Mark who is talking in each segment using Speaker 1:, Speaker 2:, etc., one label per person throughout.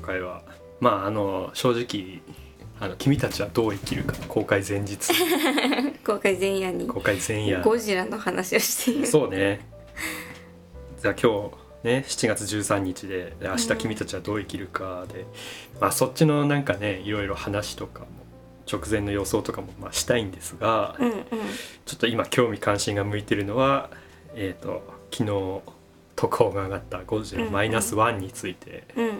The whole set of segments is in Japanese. Speaker 1: 回はまああの正直あの君たちはどう生きるか公開前 日
Speaker 2: 公開前夜に
Speaker 1: 公開前夜
Speaker 2: ゴジラの話をして いる
Speaker 1: そうねじゃあ今日ね7月13日でで明日君たちはどう生きるかで、まあ、そっちのなんかねいろいろ話とかも直前の予想とかもまあしたいんですが、
Speaker 2: うんうん
Speaker 1: ちょっと今興味関心が向いてるのはえっ、と昨日特報が上がった「ゴジラマイナス1について、
Speaker 2: うんうんうん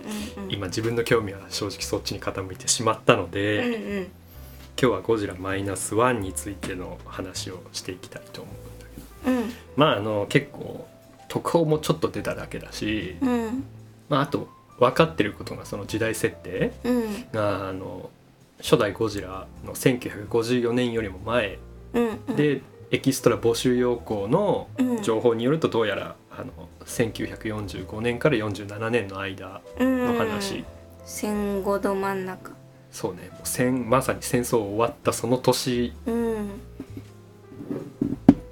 Speaker 1: 今自分の興味は正直そっちに傾いてしまったので、
Speaker 2: うんう
Speaker 1: 今
Speaker 2: ん
Speaker 1: 日は「ゴジラマイナス1についての話をしていきたいと思うんだけど。
Speaker 2: うん
Speaker 1: まああの結構特報もちょっと出ただけだし、
Speaker 2: うん
Speaker 1: まあ、あと分かってることがその時代設定
Speaker 2: うん
Speaker 1: があの初代ゴジラの1954年よりも前
Speaker 2: うんうん
Speaker 1: で、エキストラ募集要項の
Speaker 2: うん
Speaker 1: 情報によるとどうやらあの1945年から47年の間の話、
Speaker 2: うん戦後ど真ん中
Speaker 1: そうねもう戦まさに戦争終わったその年
Speaker 2: うん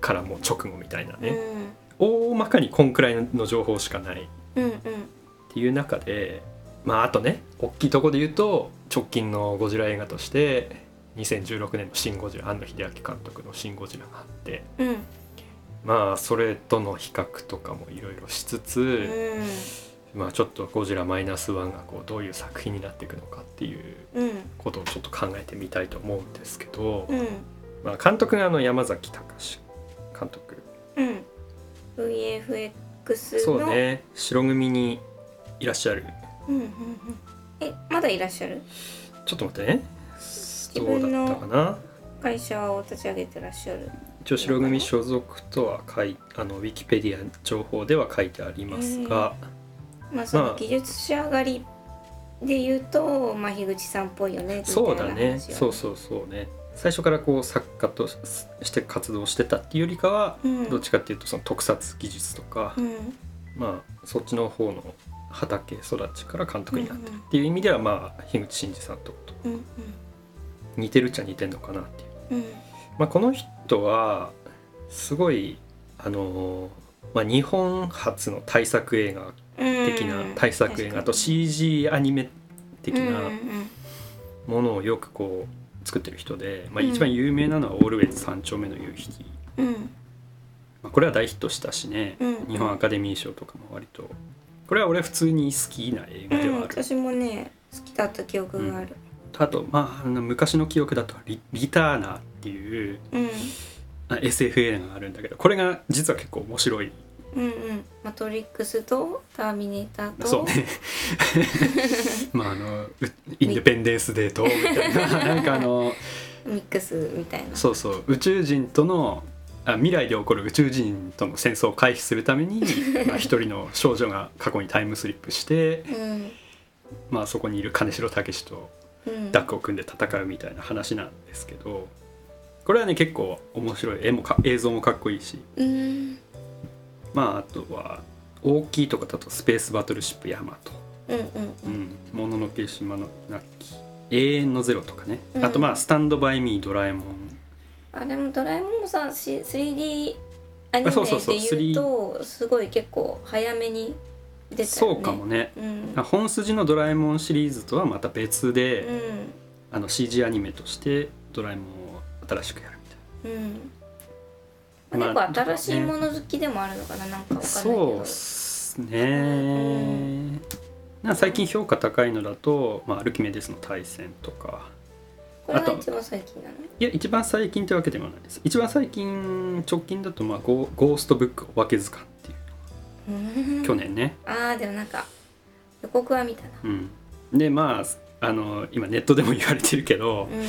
Speaker 1: からもう直後みたいな
Speaker 2: うん
Speaker 1: ね、大まかにこんくらいの情報しかない
Speaker 2: うん
Speaker 1: っていう中でまああとね大きいとこで言うと直近のゴジラ映画として2016年の「シン・ゴジラ」庵野秀明監督の「シン・ゴジラ」があって
Speaker 2: うんうん
Speaker 1: まあそれとの比較とかもいろいろしつつ、まあちょっと「ゴジラマイナスワンがこうどういう作品になっていくのかっていう
Speaker 2: うんうん
Speaker 1: ことをちょっと考えてみたいと思うんですけど、
Speaker 2: うん
Speaker 1: まあ、監督があの山崎隆監督
Speaker 2: うん、VFX の
Speaker 1: そうね白組にいらっしゃる
Speaker 2: うんうんうん、えまだいらっしゃる
Speaker 1: ちょっと待ってねど
Speaker 2: 分
Speaker 1: う
Speaker 2: の
Speaker 1: だったかな
Speaker 2: 会社を立ち上げてらっしゃる
Speaker 1: 一応白組所属とは書いあのウィキペディア情報では書いてありますが、
Speaker 2: まあその技術者上がりで言うと、まあ、樋口さんっぽいよねみたいな
Speaker 1: そうだね
Speaker 2: 話を
Speaker 1: そうそうそうね最初からこう作家としして活動してたっていうよりかは、
Speaker 2: うん
Speaker 1: どっちかっていうとその特撮技術とか、
Speaker 2: うん
Speaker 1: まあそっちの方の畑育ちから監督になってるっていう意味では、まあ樋口真嗣さんとこと
Speaker 2: うんうん
Speaker 1: 似てるっちゃ似てんのかなっていう。
Speaker 2: うん
Speaker 1: まあ、この人はすごいあのーまあ、日本初の大作映画
Speaker 2: うん
Speaker 1: 的な対策映画あと
Speaker 2: 確か
Speaker 1: CG アニメ的
Speaker 2: に
Speaker 1: な
Speaker 2: うんうん
Speaker 1: ものをよくこう作ってる人で、まあ、
Speaker 2: うん
Speaker 1: 一番有名なのは「オールウェイズ三丁目の夕日
Speaker 2: うん」
Speaker 1: まあ、これは大ヒットしたしね、
Speaker 2: うん
Speaker 1: 日本アカデミー賞とかも割とこれは俺普通に好きな映
Speaker 2: う
Speaker 1: 画で
Speaker 2: ん、
Speaker 1: はある、
Speaker 2: 私もね好きだった記憶がある
Speaker 1: あと、まあ、あの昔の記憶だとリ「リターナー」っていう
Speaker 2: うん
Speaker 1: あ SF 映画があるんだけどこれが実は結構面白い
Speaker 2: うんうん「マトリックス」と「ターミネーター」と
Speaker 1: そうね まああのう「インデペンデンス・デート」みたいななんかあの
Speaker 2: ミックスみたいな
Speaker 1: そうそう宇宙人とのあ未来で起こる宇宙人との戦争を回避するため にまあ一人の少女が過去にタイムスリップして、
Speaker 2: うん
Speaker 1: まあ、そこにいる金城武と
Speaker 2: うん
Speaker 1: ダックを組んで戦うみたいな話なんですけどこれはね結構面白い絵もか映像もかっこいいし
Speaker 2: うん
Speaker 1: まああとは大きいとかだと「スペースバトルシップヤマト
Speaker 2: うんうん」
Speaker 1: う、ん「もののけ島のなき」「永遠のゼロ」とかね、
Speaker 2: うん
Speaker 1: あとまあ「スタンド・バイ・ミー・ドラえもん」
Speaker 2: あでもドラえもんもさし 3D アニメ
Speaker 1: あそうそうそう
Speaker 2: で言うとすごい結構早めに出たよね
Speaker 1: そうかもね
Speaker 2: うん
Speaker 1: あ本筋の「ドラえもん」シリーズとはまた別
Speaker 2: う
Speaker 1: で、
Speaker 2: ん
Speaker 1: あの CG アニメとして「ドラえもん」を新しくやるみたい
Speaker 2: うん
Speaker 1: ま
Speaker 2: ま
Speaker 1: あ
Speaker 2: あ、結構新しいもの好きでもあるのかななんか
Speaker 1: な
Speaker 2: わかんないけど
Speaker 1: そうっすね、
Speaker 2: うん
Speaker 1: なんか最近評価高いのだと「まあ、アルキメデスの対戦」とか
Speaker 2: これ
Speaker 1: あと
Speaker 2: が一番最近なの
Speaker 1: いや一番最近ってわけでもないです一番最近直近だと、まあゴー「ゴーストブックお化け図鑑」っていう
Speaker 2: うん
Speaker 1: 去年ね、
Speaker 2: あーでもなんか予告は見たな
Speaker 1: うん、でまああの今ネットでも言われてるけど、
Speaker 2: うん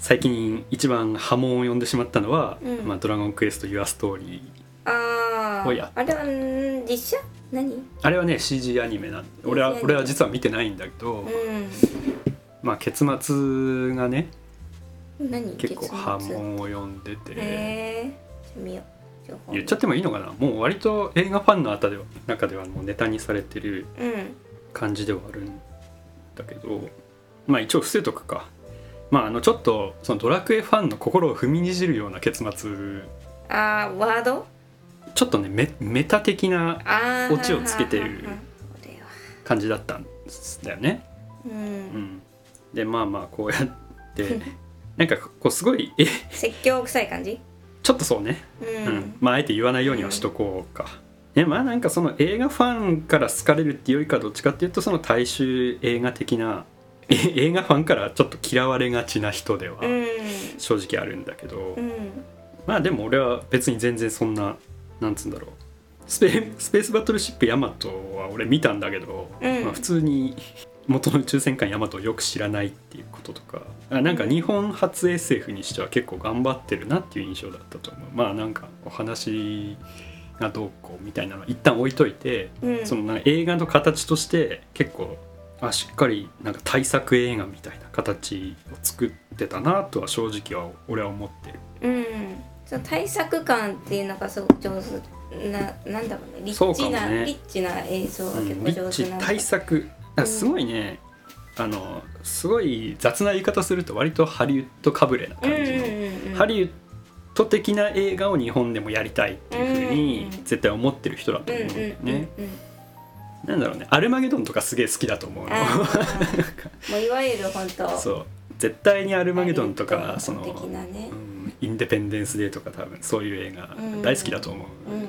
Speaker 1: 最近一番波紋を呼んでしまったのは「
Speaker 2: うん
Speaker 1: まあ、ドラゴンクエスト・ユア・ストーリー」
Speaker 2: あ
Speaker 1: おや
Speaker 2: ーあれはうん実写何うん
Speaker 1: あれはね CG アニメなんで俺は
Speaker 2: CG
Speaker 1: 俺は実は見てないんだけど、まあ結末がね
Speaker 2: 何
Speaker 1: 結構波
Speaker 2: 結末
Speaker 1: 紋を呼んで
Speaker 2: へ
Speaker 1: て
Speaker 2: えじゃあ見よう情報
Speaker 1: 言っちゃってもいいのかなもう割と映画ファンの中では中ではもうネタにされてる
Speaker 2: うん
Speaker 1: 感じではあるんだけどまあ一応伏せとくか。まあ、あのちょっとそのドラクエファンの心を踏みにじるような結末
Speaker 2: あーワード
Speaker 1: ちょっとねメメタ的な
Speaker 2: あー
Speaker 1: オチをつけてる
Speaker 2: うんこれは
Speaker 1: 感じだったんですだよね。
Speaker 2: う、
Speaker 1: うんん、でまあまあこうやってなんかこうすごいえ
Speaker 2: 説教臭い感じ
Speaker 1: ちょっとそうね、
Speaker 2: う、
Speaker 1: うんんまああえて言わないようにはしとこうか。ねまあなんかその映画ファンから好かれるっていうよりかはどっちかっていうとその大衆映画的なえ映画ファンからちょっと嫌われがちな人では
Speaker 2: うん
Speaker 1: 正直あるんだけど、
Speaker 2: うん
Speaker 1: まあでも俺は別に全然そんななんつうんだろうスペスペースバトルシップヤマトは俺見たんだけど、
Speaker 2: うん
Speaker 1: まあ、普通に元の宇宙戦艦ヤマトをよく知らないっていうこととかあなんか日本初 SF にしては結構頑張ってるなっていう印象だったと思うまあなんかお話がどうこうみたいなのは一旦置いといて、
Speaker 2: うん
Speaker 1: そのなんか映画の形として結構あしっかりなんか対策映画みたいな形を作ってたなとは正直は俺は思ってる。
Speaker 2: うんその対策感っていうのがすごく上手ななんだろうねリ
Speaker 1: そ
Speaker 2: ッ
Speaker 1: うか
Speaker 2: チ
Speaker 1: も
Speaker 2: な、
Speaker 1: ね
Speaker 2: リッチな映像が
Speaker 1: うん
Speaker 2: 結構
Speaker 1: リッ
Speaker 2: 上手
Speaker 1: チ
Speaker 2: なの
Speaker 1: 対策あすごいね、あのすごい雑な言い方すると割とハリウッドかぶれな
Speaker 2: うんうん
Speaker 1: 感じの、
Speaker 2: うんうん
Speaker 1: ハリウッド的な映画を日本でもやりたいっていうふうに
Speaker 2: うんうん
Speaker 1: 絶対思ってる人だと
Speaker 2: うん
Speaker 1: 思う
Speaker 2: う
Speaker 1: だ
Speaker 2: んん
Speaker 1: よ
Speaker 2: うんうん
Speaker 1: ね、なんだろうねアルマゲドンとかすげえ好きだと思うの
Speaker 2: あーもういわゆる本当
Speaker 1: そう絶対にアルマゲドンとか
Speaker 2: ハ
Speaker 1: そ
Speaker 2: リウッド
Speaker 1: の、
Speaker 2: 的なね
Speaker 1: うんインデペンデンス・デーとか多分そういう映画
Speaker 2: うん
Speaker 1: 大好きだと思う、
Speaker 2: うんうんうん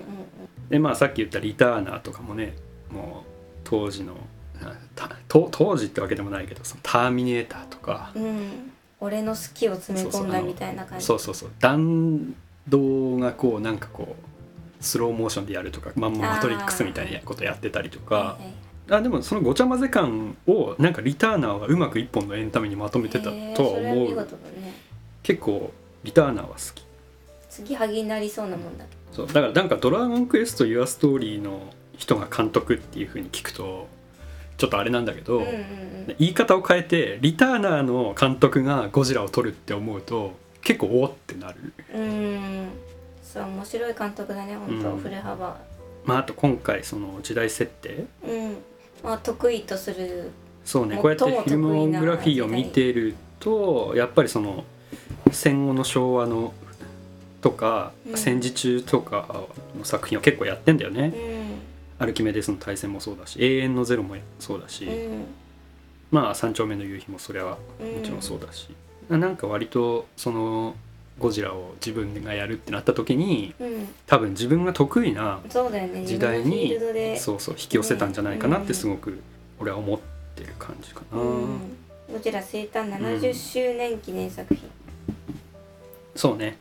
Speaker 1: でまあさっき言った「リターナー」とかもねもう当時のあたと当時ってわけでもないけど「そのターミネーター」とか、
Speaker 2: うん俺の好きを詰め込んだみたいな感じ
Speaker 1: そうそうそう弾道がこうなんかこうスローモーションでやるとかまんま「
Speaker 2: あー
Speaker 1: マトリックス」みたいなことやってたりとか
Speaker 2: はいはい
Speaker 1: あ、でもそのごちゃ混ぜ感をなんか「リターナー」はうまく一本のエンタメにまとめてた
Speaker 2: へー
Speaker 1: とは
Speaker 2: それ見
Speaker 1: 思う
Speaker 2: 事だね
Speaker 1: 結構「リターナー」は好き。
Speaker 2: 次ハギになりそうなもんだけ
Speaker 1: そうだからなんか「ドラゴンクエスト・ユア・ストーリー」の人が監督っていう風に聞くとちょっとあれなんだけど、
Speaker 2: どうんうんうん
Speaker 1: 言い方を変えて「リターナー」の監督がゴジラを撮るって思うと結構おおってなる、
Speaker 2: うんそう面白い監督だね本当、
Speaker 1: うん
Speaker 2: 振れ幅
Speaker 1: まあ、あと今回その時代設定
Speaker 2: うんまあ得意とする
Speaker 1: そうね
Speaker 2: 最も
Speaker 1: こうやってフィルモグラフィーを見てるとやっぱりその戦後の昭和のとか、
Speaker 2: うん
Speaker 1: 戦時中とかの作品を結構やってんだよ
Speaker 2: う
Speaker 1: ね、
Speaker 2: ん
Speaker 1: アルキメデスの対戦もそうだし永遠のゼロもそうだし、
Speaker 2: うん
Speaker 1: まあ三丁目の夕日もそれはもちろんそうだし、なんか割とそのゴジラを自分がやるってなった時に
Speaker 2: うん
Speaker 1: 多分自分が得意な
Speaker 2: そうだよね
Speaker 1: 時代に
Speaker 2: 自分のフィールドで
Speaker 1: そうそう引き寄せたんじゃないかなっ
Speaker 2: う
Speaker 1: て
Speaker 2: ん
Speaker 1: すごく俺は思ってる感じかな、
Speaker 2: うんどちら生誕70周年記念作品、
Speaker 1: そうね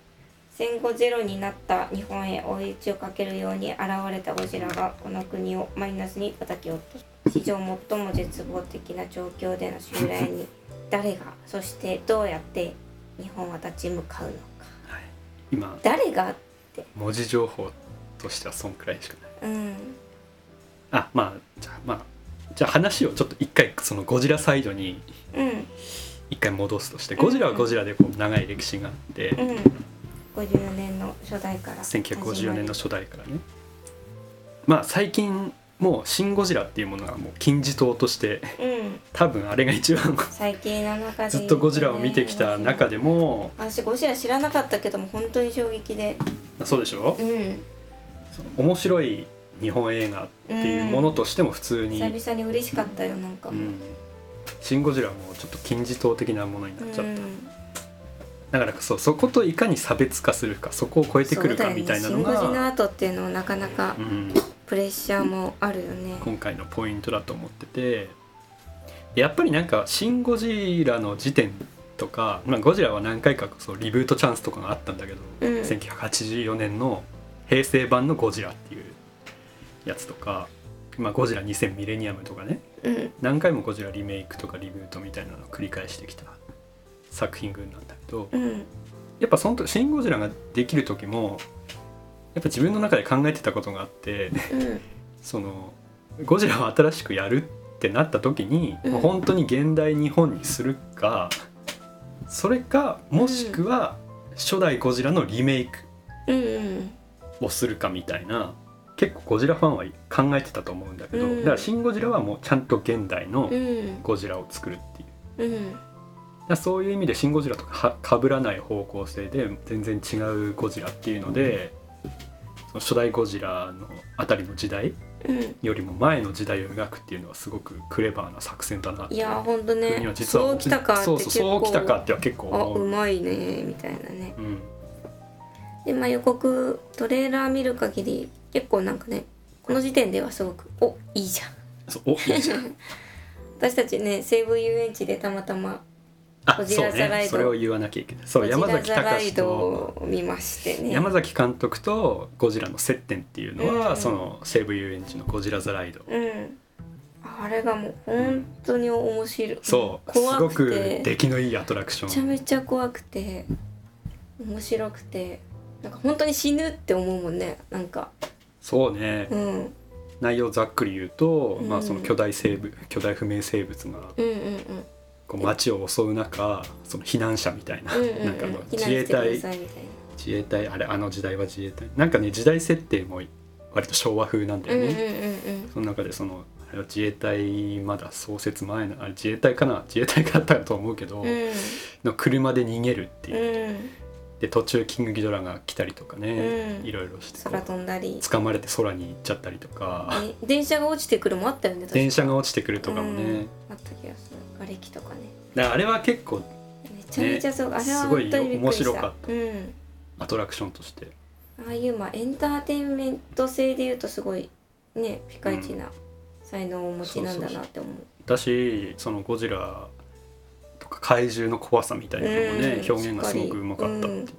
Speaker 2: 戦後ゼロになった日本へ追い打ちをかけるように現れたゴジラがこの国をマイナスに叩き落とし史上最も絶望的な状況での襲来 に誰がそしてどうやって日本は立ち向かうのか
Speaker 1: 今
Speaker 2: 誰がって
Speaker 1: 文字情報としてはそんくらいしかない
Speaker 2: うん
Speaker 1: あまあじゃあまあじゃあ話をちょっと一回そのゴジラサイドに
Speaker 2: うん
Speaker 1: 一回戻すとしてゴジラはゴジラでこう長い歴史があって、
Speaker 2: うん54年の初代から
Speaker 1: 1954年の初代からねまあ最近もう「シン・ゴジラ」っていうものがもう金字塔として
Speaker 2: うん
Speaker 1: 多分あれが一番
Speaker 2: 最近の中で
Speaker 1: ずっとゴジラを見てきた中で
Speaker 2: で
Speaker 1: も
Speaker 2: 私ゴジラ知らなかったけども本当に衝撃で
Speaker 1: そうでしょ
Speaker 2: うん
Speaker 1: その面白い日本映画っていうものとしても普通に「
Speaker 2: 久々に嬉しかったよなんか
Speaker 1: うんシン・ゴジラ」もちょっと金字塔的なものになっちゃった、だからそうそこといかに差別化するかそこを超えてくるかみたいなの
Speaker 2: シンゴジの
Speaker 1: が
Speaker 2: 後っていうのはなかなか
Speaker 1: うん
Speaker 2: プレッシャーもあるよね。
Speaker 1: 今回のポイントだと思っててやっぱりなんか「シン・ゴジラ」の時点とか、まあ、ゴジラは何回かそうリブートチャンスとかがあったんだけど、
Speaker 2: うん
Speaker 1: 1984年の平成版の「ゴジラ」っていうやつとか「まあ、ゴジラ2000ミレニアム」とかね
Speaker 2: うん
Speaker 1: 何回も「ゴジラ」リメイクとかリブートみたいなのを繰り返してきた作品群なんだけど
Speaker 2: うん
Speaker 1: やっぱその時シン・ゴジラ」ができる時もやっぱ自分の中で考えてたことがあって。
Speaker 2: うん
Speaker 1: そのゴジラを新しくやるってなった時に、
Speaker 2: うん
Speaker 1: もう本当に現代日本にするかそれかもしくは初代ゴジラのリメイク
Speaker 2: うんうん
Speaker 1: をするかみたいな結構ゴジラファンは考えてたと思うんだけど、
Speaker 2: うん
Speaker 1: だから「シン・ゴジラ」はもうちゃんと現代の
Speaker 2: うん
Speaker 1: ゴジラを作るっていう。
Speaker 2: うん
Speaker 1: だからそういう意味で「シン・ゴジラ」とかは被らない方向性で全然違うゴジラっていうのでその初代ゴジラのあたりの時代
Speaker 2: うん
Speaker 1: よりも前の時代を描くっていうのはすごくクレバーな作戦だなって
Speaker 2: い
Speaker 1: いう
Speaker 2: やーほんと
Speaker 1: ふうに
Speaker 2: ね
Speaker 1: は実は
Speaker 2: そうきたかって
Speaker 1: そうそう
Speaker 2: 結
Speaker 1: そうきたか
Speaker 2: 構
Speaker 1: っては結構
Speaker 2: あ
Speaker 1: 思
Speaker 2: う
Speaker 1: う、
Speaker 2: まいねみたいなね
Speaker 1: うん、
Speaker 2: で、まあ、予告トレーラー見る限り結構なんかねこの時点ではすごく「おいいじゃん
Speaker 1: そうおいいじゃん」
Speaker 2: 私たちね西武遊園地でたまたま
Speaker 1: あ
Speaker 2: こじ
Speaker 1: そう
Speaker 2: らざラ
Speaker 1: ね
Speaker 2: イド
Speaker 1: それを言わなきゃいけないそう
Speaker 2: ゴジ
Speaker 1: 山
Speaker 2: ラ
Speaker 1: 崎
Speaker 2: ザライ
Speaker 1: 隆
Speaker 2: ド
Speaker 1: と
Speaker 2: を見ましてね
Speaker 1: 山崎監督とゴジラの接点っていうのは、
Speaker 2: うん
Speaker 1: その西武遊園地のゴジラ・ザ・ライド、
Speaker 2: うんあれがもう本当に面白い、
Speaker 1: そうす
Speaker 2: 怖
Speaker 1: ご
Speaker 2: く
Speaker 1: く
Speaker 2: て
Speaker 1: 出来のいいアトラクシ
Speaker 2: めちゃ
Speaker 1: ョン
Speaker 2: めちゃ怖くて面白くてなんか本当に死ぬって思うもんねなんか
Speaker 1: そうね
Speaker 2: うんうん
Speaker 1: 内容ざっくり言うと、
Speaker 2: うん
Speaker 1: まあ、その巨大生物巨大不明生物が
Speaker 2: うんうん
Speaker 1: こう街を襲う中その避難者みたいな,、
Speaker 2: うんうんうん
Speaker 1: なんかあの
Speaker 2: 避難
Speaker 1: 自衛
Speaker 2: してくだ
Speaker 1: 隊
Speaker 2: さいみたいな
Speaker 1: 自衛隊あれあの時代は自衛隊なんかね時代設定も割と昭和風なんだよね、
Speaker 2: うんうんうんうん
Speaker 1: その中でそのあれは自衛隊まだ創設前のあれ自衛隊かな自衛隊だったと思うけど、の車で逃げるっていう、
Speaker 2: うんうん
Speaker 1: で途中キングギドラが来たりとかね、
Speaker 2: うん
Speaker 1: いろいろしてこ
Speaker 2: 空
Speaker 1: う
Speaker 2: 飛んだり
Speaker 1: 掴まれて空に行っちゃったりとか、
Speaker 2: ね電車が落ちてくるもあったよね確か
Speaker 1: 電車が落ちてくるとかもね、
Speaker 2: うんあった気がする瓦礫とかね
Speaker 1: だからあれは結構
Speaker 2: めちゃめちゃそう、
Speaker 1: ね
Speaker 2: あれは本当にびっくりし
Speaker 1: す
Speaker 2: た
Speaker 1: ごい面白かった
Speaker 2: うん
Speaker 1: アトラクションとして
Speaker 2: ああいうまあエンターテインメント性でいうとすごいねピカイチな才能をお持ちなんだなって思う,、
Speaker 1: だしそのゴジラとか怪獣の怖さみたいなのもね、
Speaker 2: うん
Speaker 1: 表現がすごくうまかったっていう、
Speaker 2: うん
Speaker 1: だか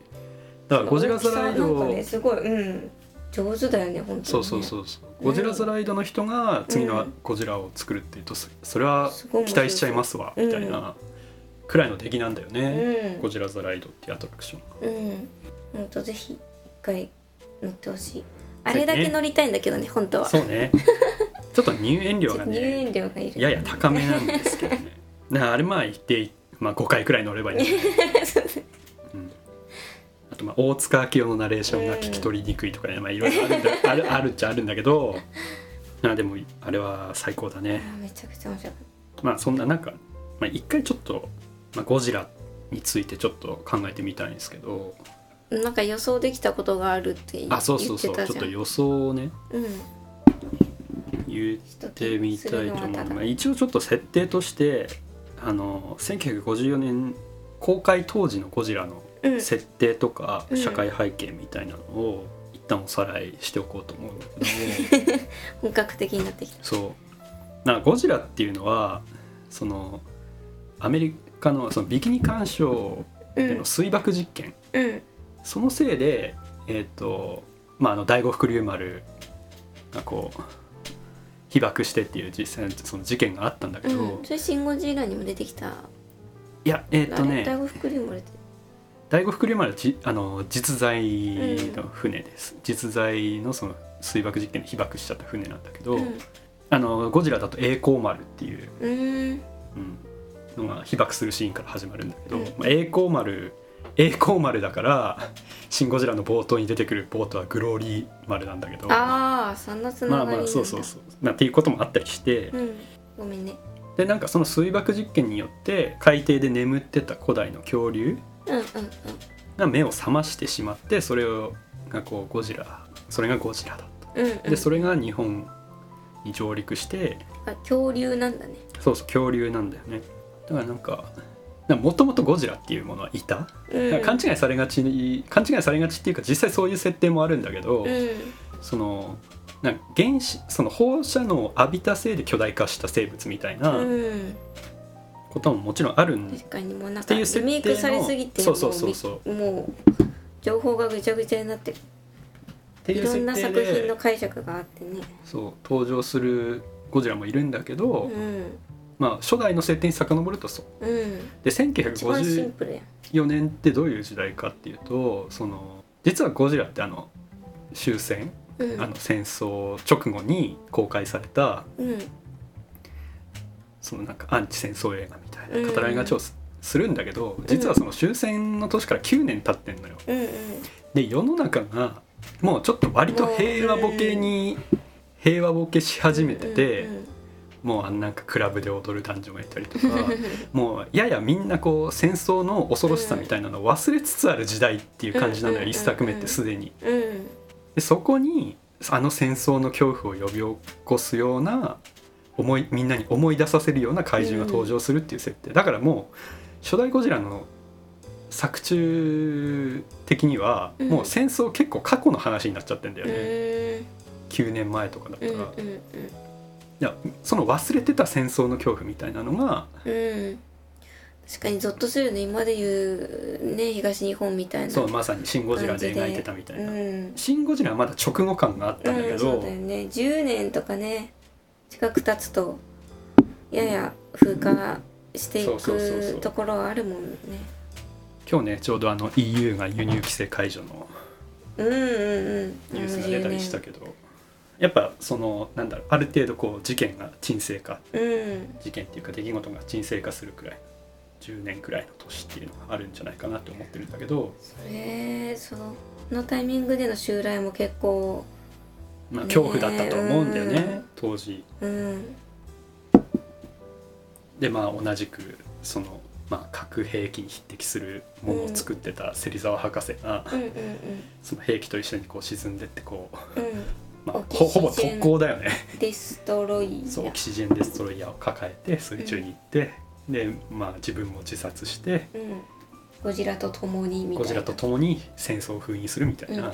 Speaker 1: らゴジラ・ザ・ライド
Speaker 2: なん
Speaker 1: を
Speaker 2: かねすごいうん上手だよね本当にね
Speaker 1: そうそうそうそうゴジラ・ザ・ライドの人が次のゴジラを作るっていうとそそれは
Speaker 2: すごい面白い
Speaker 1: 期待しちゃいますわみたいなくらいの出来なんだよ
Speaker 2: う
Speaker 1: ね、
Speaker 2: ん
Speaker 1: ゴジラ・ザ・ライドっていうアトラクション
Speaker 2: うん本当ぜひ一回乗ってほしいあれだけ乗りたいんだけどね本当は
Speaker 1: そう ねちょっと入園料が
Speaker 2: 入
Speaker 1: ね
Speaker 2: 園料がいる
Speaker 1: やや高めなんですけどね だからあれまあ行って、まあ、5回くらい乗ればいいんだけど、うん、あとまあ大塚明夫のナレーションが聞き取りにくいとかね、まあ、いろいろあるん だあるあるっちゃあるんだけどまあでもあれは最高だね、
Speaker 2: あめちゃくちゃ面白かっ
Speaker 1: まあそんななんか、まあ、一回ちょっと、まあ、ゴジラについてちょっと考えてみたいんですけど
Speaker 2: たなんか予想できたことがあるって言
Speaker 1: あそうそうそう
Speaker 2: 言
Speaker 1: ちょ
Speaker 2: っ
Speaker 1: って
Speaker 2: たじゃ
Speaker 1: と
Speaker 2: ん
Speaker 1: 予想をね
Speaker 2: うん
Speaker 1: 言ってみたいと思うので、まあ、一応ちょっと設定としてあの1954年公開当時のゴジラの
Speaker 2: うん
Speaker 1: 設定とか
Speaker 2: うん
Speaker 1: 社会背景みたいなのを一旦おさらいしておこうと思うんだけ ど
Speaker 2: 本格的になってきた
Speaker 1: そうなんかゴジラっていうのはそのアメリカのそのビキニ干渉
Speaker 2: う
Speaker 1: で
Speaker 2: ん
Speaker 1: の水爆実験
Speaker 2: うん
Speaker 1: そのせいで、えーとまあ、あの第五福竜丸がこう被爆してっていう実際のその事件があったんだけど、
Speaker 2: うん、それ「シン・ゴジラ」にも出てきた
Speaker 1: いやえっ、と
Speaker 2: あれ第
Speaker 1: ね
Speaker 2: 五福竜も出て
Speaker 1: 第五福竜丸はじあの実在の船です、実在のその水爆実験で被爆しちゃった船なんだけど、
Speaker 2: うん
Speaker 1: あのゴジラだと栄光丸っていう、
Speaker 2: うーん
Speaker 1: うん、のが被爆するシーンから始まるんだけど、
Speaker 2: うん
Speaker 1: まあ栄光丸栄光丸だから「シン・ゴジラ」の冒頭に出てくるボートはグローリー丸なんだけど
Speaker 2: ああそんなつ
Speaker 1: ま
Speaker 2: なが
Speaker 1: あ
Speaker 2: りなんだ
Speaker 1: まあそうそうそう、まあ、っていうこともあったりして、
Speaker 2: うん、ごめんね
Speaker 1: でなんかその水爆実験によって海底で眠ってた古代の恐竜
Speaker 2: うんうん
Speaker 1: が目を覚ましてしまってそれをがこうゴジラそれがゴジラだと
Speaker 2: うんうんうん
Speaker 1: でそれが日本に上陸して
Speaker 2: あ恐竜なんだね
Speaker 1: そうそう恐竜なんだよねだからなんかもともとゴジラっていうものはいた、
Speaker 2: うん
Speaker 1: だから勘違いされがちに勘違いされがちっていうか実際そういう設定もあるんだけど、
Speaker 2: うん
Speaker 1: そのなんか原子その放射能を浴びたせいで巨大化した生物みたいな
Speaker 2: うん
Speaker 1: ことももちろんあるん
Speaker 2: 確かにもうなん
Speaker 1: っ
Speaker 2: か
Speaker 1: てい
Speaker 2: リメ
Speaker 1: う設定の
Speaker 2: イクされすぎて
Speaker 1: そうそうそうそう
Speaker 2: もうもう情報がぐちゃぐちゃになって
Speaker 1: ってい
Speaker 2: いうろん
Speaker 1: 設
Speaker 2: な作
Speaker 1: 定
Speaker 2: 品
Speaker 1: で
Speaker 2: の解釈があってね
Speaker 1: そう登場するゴジラもいるんだけど、
Speaker 2: うん
Speaker 1: まあ初代の設定に遡るとそう
Speaker 2: うん
Speaker 1: で
Speaker 2: 一番シ
Speaker 1: 1954
Speaker 2: ンプルやん
Speaker 1: 年ってどういう時代かっていうとその実はゴジラってあの終戦、
Speaker 2: うん
Speaker 1: あの戦争直後に公開された
Speaker 2: うん
Speaker 1: そのなんかアンチ戦争映画みたい
Speaker 2: うん
Speaker 1: な語られがちをすするんだけど実はその終戦の年から9年経ってんのよ。
Speaker 2: うん
Speaker 1: で世の中がもうちょっと割と平和ボケに平和ボケし始めてて、
Speaker 2: うん
Speaker 1: もうあんなんかクラブで踊る男女がいたりとか
Speaker 2: うん
Speaker 1: もうややみんなこう戦争の恐ろしさみたいなのを忘れつつある時代っていう感じなの
Speaker 2: う
Speaker 1: よ
Speaker 2: ん
Speaker 1: 一作目ってすでに。
Speaker 2: うん
Speaker 1: でそこにあの戦争の恐怖を呼び起こすような思いみんなに思い出させるような怪獣が登場するっていう設定、だからもう初代ゴジラの作中的には
Speaker 2: うん
Speaker 1: もう戦争結構過去の話になっちゃってんだよ
Speaker 2: う
Speaker 1: ね、
Speaker 2: ーん
Speaker 1: 9年前とかだった
Speaker 2: う
Speaker 1: ら、
Speaker 2: んうん
Speaker 1: その忘れてた戦争の恐怖みたいなのが
Speaker 2: うんうん確かにゾッとするよね今で言うね東日本みたいな
Speaker 1: そうまさに「シン・ゴジラ」で描いてたみたいな。
Speaker 2: うん
Speaker 1: シン・ゴジラはまだ直後感があったんだけ
Speaker 2: うん、
Speaker 1: ど、
Speaker 2: そうだよね10年とかね近く経つとやや風化してい
Speaker 1: そうそうそうそう
Speaker 2: くところはあるもんね
Speaker 1: 今日ねちょうどあの EU が輸入規制解除の
Speaker 2: うんうんうん
Speaker 1: ニュースが出たりしたけど、やっぱそのなんだろうある程度こう事件が沈静化
Speaker 2: どうん
Speaker 1: 事件っていうか出来事が沈静化するくらい10年くらいの年っていうのがあるんじゃないかなって思ってるんだけど、
Speaker 2: それそのタイミングでの襲来も結構
Speaker 1: まあ、
Speaker 2: ね
Speaker 1: 恐怖だったと思うんだよね
Speaker 2: うん
Speaker 1: 当時。
Speaker 2: うん
Speaker 1: でまあ同じくその、まあ、核兵器に匹敵するものを作ってた芹沢博士が、
Speaker 2: うんうん
Speaker 1: その兵器と一緒にこう沈んでってこう、
Speaker 2: うんうん
Speaker 1: まあ、
Speaker 2: オキ
Speaker 1: ほ
Speaker 2: シジェ
Speaker 1: ほ
Speaker 2: ン
Speaker 1: ぼ特攻だよね。
Speaker 2: デストロイヤ
Speaker 1: そうオキシジェンデストロイヤーを抱えて水中に行って、でまあ自分も自殺して
Speaker 2: うんゴジラと共にみたいな
Speaker 1: ゴジラと共に戦争を封印するみた
Speaker 2: う
Speaker 1: い
Speaker 2: んうんう
Speaker 1: な、
Speaker 2: ん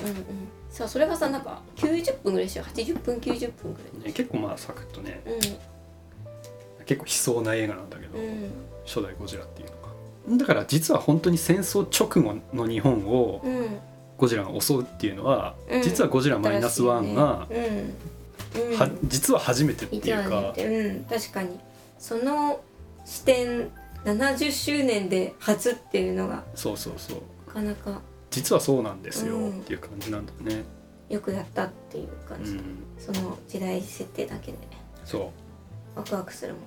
Speaker 2: さあそれがさなんか90分ぐらいでしょ80分90分ぐら
Speaker 1: ね、結構まあサクッとね
Speaker 2: い
Speaker 1: 結構悲壮な映画なんだけど、
Speaker 2: うんうん
Speaker 1: 初代ゴジラっていうのがだから実は本当に戦争直後の日本を
Speaker 2: うん
Speaker 1: ゴジラが襲うっていうのは、
Speaker 2: うん
Speaker 1: 実はゴジラマイナスワンが、
Speaker 2: 新しいねうんうん、
Speaker 1: は実は初めてって
Speaker 2: いて
Speaker 1: いう
Speaker 2: は
Speaker 1: か
Speaker 2: ねうん確かにその視点70周年で初っていうのが
Speaker 1: そうそうそう
Speaker 2: なかなか
Speaker 1: 実はそうなんですよ
Speaker 2: う
Speaker 1: っ
Speaker 2: ん
Speaker 1: ていう感じなんだよね。
Speaker 2: よくやったっていう
Speaker 1: う
Speaker 2: 感じ、
Speaker 1: ん、
Speaker 2: その時代設定だけで
Speaker 1: そう
Speaker 2: ワクワクするもん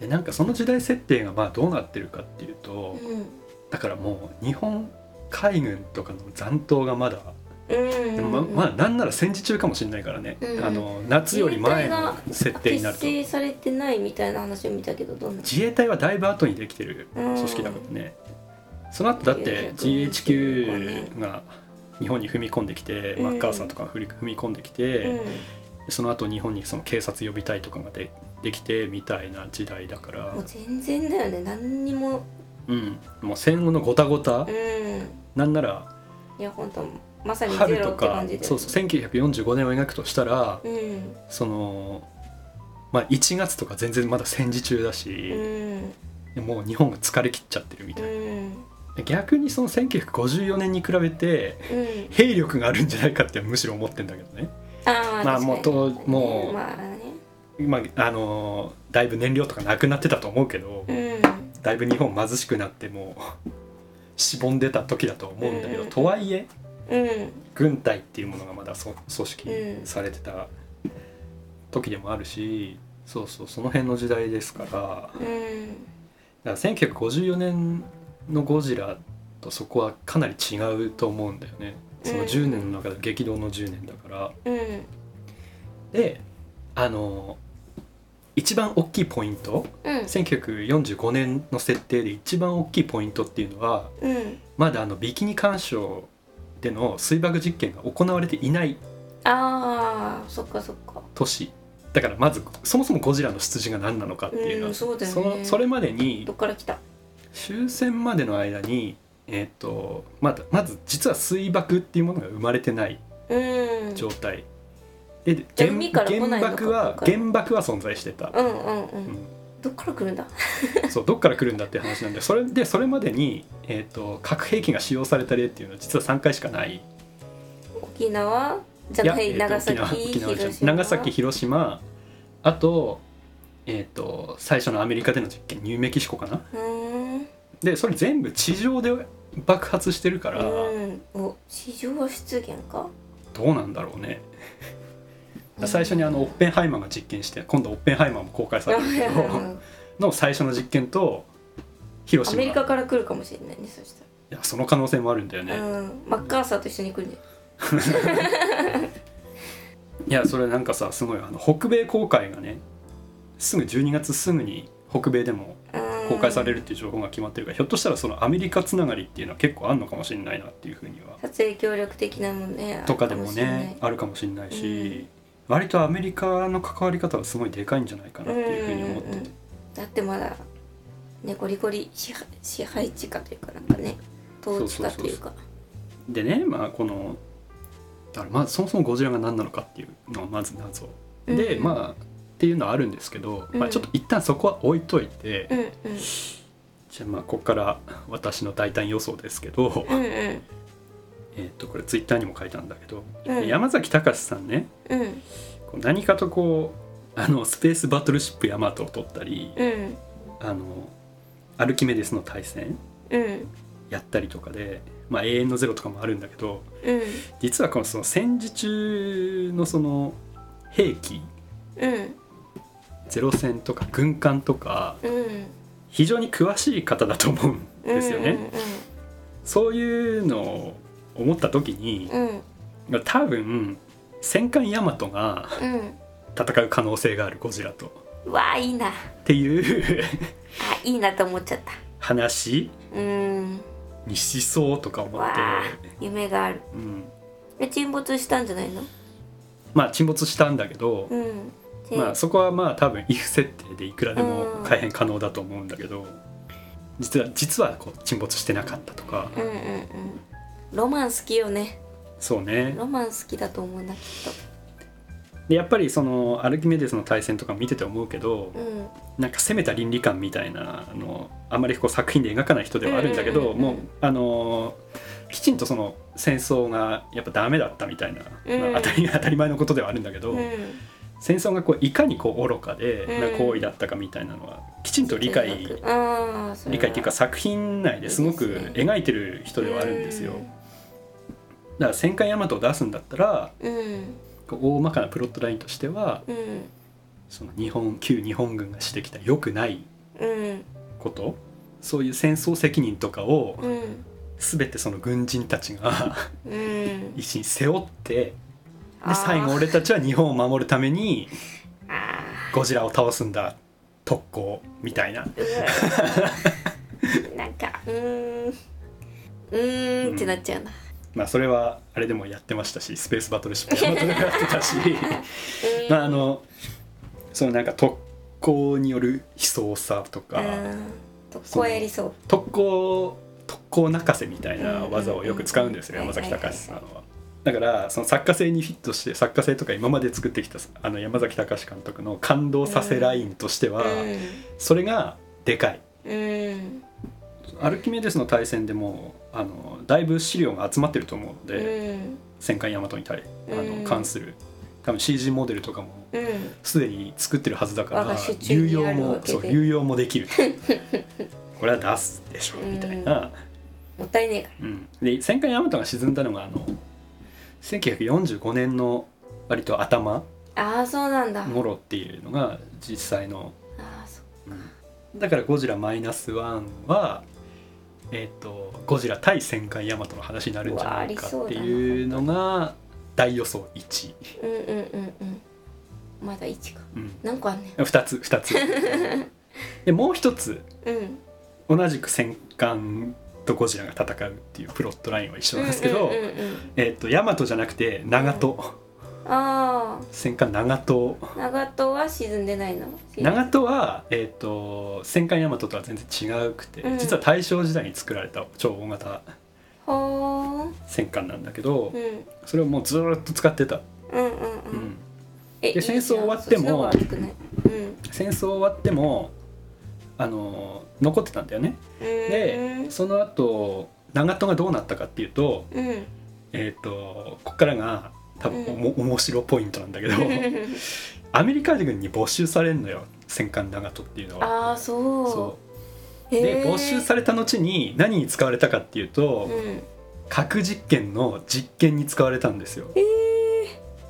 Speaker 1: でなんかその時代設定がまあどうなってるかっていうと、
Speaker 2: ね
Speaker 1: だからもう日本海軍とかの残党がまだ、
Speaker 2: うん、うん
Speaker 1: ままあなんなら戦時中かもしれないからね、
Speaker 2: うん
Speaker 1: あの夏より前の設定になると
Speaker 2: 結成されてないみたいな話を見たけどどんな
Speaker 1: 自衛隊はだいぶ後にできてる組織だからね、その後だって
Speaker 2: 1945
Speaker 1: GHQ が日本に踏み込んできて、
Speaker 2: うん
Speaker 1: マッカーサーとかが踏み踏み込んでき
Speaker 2: うん
Speaker 1: て、その後日本にその警察予備隊とかがでできてみたいな時代だから
Speaker 2: もう、全然だよね何にも
Speaker 1: うん、もう戦後のごたごた、
Speaker 2: うん
Speaker 1: なんなら
Speaker 2: いや本当まさにゼ
Speaker 1: 春
Speaker 2: ロ
Speaker 1: と
Speaker 2: って
Speaker 1: か
Speaker 2: 感じで
Speaker 1: そうそう1945年を描くとしたら、
Speaker 2: うん
Speaker 1: その、まあ、1月とか全然まだ戦時中だ
Speaker 2: う
Speaker 1: し、
Speaker 2: ん
Speaker 1: もう日本が疲れ切っちゃってるみた
Speaker 2: う
Speaker 1: いな、
Speaker 2: ん
Speaker 1: 逆にその1954年に比べて
Speaker 2: うん
Speaker 1: 兵力があるんじゃないかってむしろ思ってんだけどね、
Speaker 2: ああ
Speaker 1: まあもうともう
Speaker 2: まあね
Speaker 1: まああのーだいぶ燃料とかなくなってたと思うけど、
Speaker 2: うん
Speaker 1: だいぶ日本貧しくなってもうしぼんでた時だと思うんだけど、
Speaker 2: うん
Speaker 1: とはいえ
Speaker 2: うん
Speaker 1: 軍隊っていうものがまだそ組織されてた時でもあるし、そうそうその辺の時代ですからだ
Speaker 2: う
Speaker 1: か
Speaker 2: ん
Speaker 1: ら1954年のゴジラとそこはかなり違うと思うんだよねその
Speaker 2: うん
Speaker 1: 10年の中で激動の10年だから。
Speaker 2: うん
Speaker 1: であの一番大きいポイント
Speaker 2: うん
Speaker 1: 1945年の設定で一番大きいポイントっていうのは
Speaker 2: うん
Speaker 1: まだあのビキニ干渉での水爆実験が行われていない
Speaker 2: ああそっかそっか
Speaker 1: 都市だからまずそもそもゴジラの出自が何なのかっていうの
Speaker 2: う
Speaker 1: は、
Speaker 2: んそうだよ
Speaker 1: そ
Speaker 2: ね
Speaker 1: のそれまでに
Speaker 2: どっから来た
Speaker 1: 終戦までの間に、えー、とまだまず実は水爆っていうものが生まれてない
Speaker 2: うん
Speaker 1: 状態、で
Speaker 2: じゃあ
Speaker 1: 原
Speaker 2: 海から来ない
Speaker 1: 原
Speaker 2: のか
Speaker 1: 爆は
Speaker 2: 今回
Speaker 1: 原爆は存在してた、
Speaker 2: うんうんう
Speaker 1: うんん
Speaker 2: どっから来るんだ
Speaker 1: そうどっから来るんだって話なん でそれでそれまでに、えー、と核兵器が使用された例っていうのは実は3回しかない
Speaker 2: 沖縄じゃない
Speaker 1: いやえ
Speaker 2: 長
Speaker 1: ーと
Speaker 2: 崎
Speaker 1: 沖縄沖縄じゃ
Speaker 2: 広
Speaker 1: な
Speaker 2: 島
Speaker 1: い長崎広島あと,、えー、と最初のアメリカでの実験ニューメキシコかな
Speaker 2: うーん
Speaker 1: でそれ全部地上で爆発してるからど
Speaker 2: うんお地上出現か
Speaker 1: うなんだろうね最初にあのオッペンハイマーが実験して今度オッペンハイマーも公開されるけ
Speaker 2: う
Speaker 1: ど
Speaker 2: ん
Speaker 1: の最初の実験と広
Speaker 2: ア
Speaker 1: 島
Speaker 2: メリ
Speaker 1: い
Speaker 2: カから来るかもしれないねそした
Speaker 1: やその可能性もあるんだよね、
Speaker 2: ら、うんマッカーサーと一緒に来るね
Speaker 1: いやそれなんかさすごいあの北米公開がねすぐ12月すぐに北米でも
Speaker 2: うんうん
Speaker 1: 公開されるっていう情報が決まってるからひょっとしたらそのアメリカつながりっていうのは結構あんのかもしれないなっていうふうには
Speaker 2: 撮影協力的なもんね
Speaker 1: とかでもね
Speaker 2: あ
Speaker 1: あるかもしれないし、割とアメリカの関わり方はすごいでかいんじゃないかなっていうふうに思ってて、
Speaker 2: うんうんうんだってまだねゴリゴリ支配支配地下というかなんかね統治下というか
Speaker 1: でねまあこのだからまあそもそもゴジラが何なのかっていうのはまず謎で、
Speaker 2: うん
Speaker 1: まあっていうのはあるんですけど、まあ、ちょっと一旦そこは置いといて、
Speaker 2: うんうん
Speaker 1: じゃあまあここから私の大胆予想ですけど、
Speaker 2: うんうん
Speaker 1: えっとこれツイッターにも書いたんだけど、
Speaker 2: うん
Speaker 1: 山崎隆さんね
Speaker 2: うん
Speaker 1: こう何かとこうあのスペースバトルシップヤマトを取ったり、
Speaker 2: うん
Speaker 1: あのアルキメデスの対戦
Speaker 2: うん
Speaker 1: やったりとかで、まあ、永遠のゼロとかもあるんだけど
Speaker 2: うん
Speaker 1: 実はこのその戦時中のその兵器
Speaker 2: うん
Speaker 1: ゼロ戦とか軍艦とか
Speaker 2: うん
Speaker 1: 非常に詳しい方だと思うんですよね。
Speaker 2: う
Speaker 1: そういうのを思った時に、
Speaker 2: んうん
Speaker 1: 多分戦艦ヤマトが
Speaker 2: うん
Speaker 1: 戦う可能性があるゴジラと
Speaker 2: うんわあいいなあ
Speaker 1: っていう
Speaker 2: いいなと思っちゃった
Speaker 1: 話
Speaker 2: うん
Speaker 1: にしそうとか思っ
Speaker 2: わ
Speaker 1: て、
Speaker 2: あ夢がある
Speaker 1: うん、
Speaker 2: え沈没したんじゃないの
Speaker 1: まあ沈没したんだけど、
Speaker 2: うんで
Speaker 1: まあ、そこはまあ多分 if 設定でいくらで
Speaker 2: う
Speaker 1: も
Speaker 2: ん
Speaker 1: 改変可能だと思うんだけど実は実はこう沈没してなかったとか
Speaker 2: うんうんうんロマン好きよね
Speaker 1: そうね
Speaker 2: ロマン好きだと思うなきっ
Speaker 1: でやっぱりそのアルキメデスの対戦とか見てて思うけど
Speaker 2: とうん
Speaker 1: なんか攻めた倫理観みたいなのをあまりこう作品で描かない人ではあるんだけど、
Speaker 2: うんうんうんうん
Speaker 1: もうあのーきちんとその戦争がやっぱダメだったみたいな、
Speaker 2: うん
Speaker 1: まあ当たり 当たり前のことではあるんだけど、
Speaker 2: うん
Speaker 1: 戦争がこういかにこう愚かで
Speaker 2: うん
Speaker 1: な行為だったかみたいなのはきちんと理解、
Speaker 2: ああそれ
Speaker 1: 理
Speaker 2: は
Speaker 1: 解っていうか作品内ですご
Speaker 2: いい
Speaker 1: く
Speaker 2: ですね
Speaker 1: 描いてる人ではあるんですよ。だから戦艦ヤマトを出すんだったら
Speaker 2: うん
Speaker 1: こう大まかなプロットラインとしては
Speaker 2: うん
Speaker 1: その日本旧日本軍がしてきた良くない
Speaker 2: うん
Speaker 1: ことそういう戦争責任とかを
Speaker 2: うん
Speaker 1: 全てその軍人たちが
Speaker 2: うん
Speaker 1: 一心に背負って
Speaker 2: あ
Speaker 1: で
Speaker 2: ー
Speaker 1: 最後俺たちは日本を守るために
Speaker 2: あ
Speaker 1: ゴジラを倒すんだ特攻みたいな
Speaker 2: ーうーなんかうーんうーんってなっちゃうな
Speaker 1: まあそれはあれでもやってましたしスペースバトルシップヤマトでもやってたしまああのそのなんか特攻による悲壮さとか
Speaker 2: うんとこやりそう
Speaker 1: 特攻特攻泣かせみたいな技をよく使うんですよ
Speaker 2: うんうんう
Speaker 1: 山崎
Speaker 2: ん
Speaker 1: 隆さんは。だからその作家性にフィットして作家性とか今まで作ってきたあの山崎隆監督の感動させラインとしては、それがでかい。
Speaker 2: うん
Speaker 1: アルキメデスの対戦でもあのだいぶ資料が集まってると思うの
Speaker 2: う
Speaker 1: で、
Speaker 2: ん
Speaker 1: 戦艦ヤマトに対あ
Speaker 2: うん
Speaker 1: の関する多分 CG モデルとかも
Speaker 2: うん
Speaker 1: すでに作ってるはずだか
Speaker 2: 我が
Speaker 1: ら
Speaker 2: 手中
Speaker 1: 流
Speaker 2: にあ
Speaker 1: 用
Speaker 2: る
Speaker 1: も
Speaker 2: わけ
Speaker 1: そ
Speaker 2: で
Speaker 1: う流用もできる これは出すでしょみたいな。
Speaker 2: もったいねえか
Speaker 1: うん、で戦艦ヤマトが沈んだのがあの1945年の割と頭
Speaker 2: らああそうなんだあ
Speaker 1: もろっていうのが実際の、
Speaker 2: あそう
Speaker 1: だから「ゴジラマイナスワンは」えっとゴジラ対戦艦ヤマトの話になるんじゃないかっていうのが大予想1、
Speaker 2: うんうんうんうんまだ1か
Speaker 1: うん、
Speaker 2: 何個あんねん
Speaker 1: 2つ2つ でもう一つ
Speaker 2: うん
Speaker 1: 同じく戦艦とゴジラが戦うっていうプロットラインは一緒なんですけど、
Speaker 2: うんうんうん
Speaker 1: えっとヤマトじゃなくて長門、
Speaker 2: うん、あ
Speaker 1: 戦艦長門
Speaker 2: あ長門は沈んでないの
Speaker 1: 長門は、えー、と戦艦大和とは全然違くて、
Speaker 2: うん
Speaker 1: 実は大正時代に作られた超大型
Speaker 2: ほー
Speaker 1: 戦艦なんだけど、
Speaker 2: うんうん
Speaker 1: それをもうずーっと使ってた、
Speaker 2: うんうん
Speaker 1: うん
Speaker 2: う
Speaker 1: ん
Speaker 2: え
Speaker 1: で
Speaker 2: いいじゃん
Speaker 1: 戦争終わっても
Speaker 2: そっちの方が熱くないうん
Speaker 1: 戦争終わってもあのー残ってたんだよね、
Speaker 2: で
Speaker 1: でその後長門がどうなったかっていうと,、
Speaker 2: うんうん
Speaker 1: えー、とここからが多分おも、面白ポイントなんだけどアメリカ軍に没収されるのよ戦艦長門っていうのは。
Speaker 2: ああそう
Speaker 1: そう
Speaker 2: へー
Speaker 1: で没収された後に何に使われたかっていうと、
Speaker 2: うん
Speaker 1: 核実験の実験に使われたんですよ
Speaker 2: え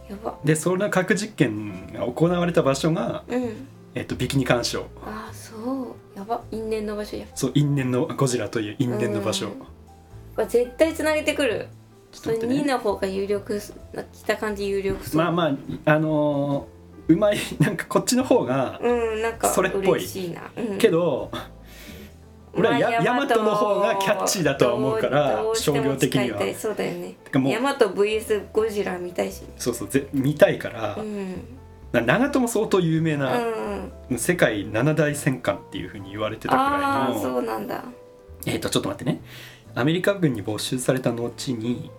Speaker 2: ー、やば
Speaker 1: でその核実験が行われた場所が、
Speaker 2: うん
Speaker 1: えっと、ビキニ干渉
Speaker 2: ああそうやば因縁の場所や
Speaker 1: そう因縁のゴジラという因縁の場所
Speaker 2: うんわ絶対つなげてくる
Speaker 1: ち
Speaker 2: そ
Speaker 1: ょっ
Speaker 2: れ
Speaker 1: と待って
Speaker 2: 2
Speaker 1: ね
Speaker 2: の方が有力す来た感じ有力そう
Speaker 1: まあまああのーうまいなんかこっちの方が
Speaker 2: うんなんか
Speaker 1: それっぽい
Speaker 2: 嬉しいな、うん、
Speaker 1: けど俺は
Speaker 2: まあ
Speaker 1: やヤマトの方がキャッチーだとは思うから
Speaker 2: どうしても
Speaker 1: 商業的には
Speaker 2: 使いたいそうだよね
Speaker 1: てかもう
Speaker 2: ヤマト VS ゴジラ見たいし
Speaker 1: そうそうぜ見たいから
Speaker 2: う、ん
Speaker 1: な長友相当有名
Speaker 2: うん
Speaker 1: な、世界七大戦艦っていうふうに言われてたくら
Speaker 2: ああ
Speaker 1: い
Speaker 2: そ
Speaker 1: の
Speaker 2: うなんだ
Speaker 1: えっ、とちょっと待ってねアメリカ軍に没収された後に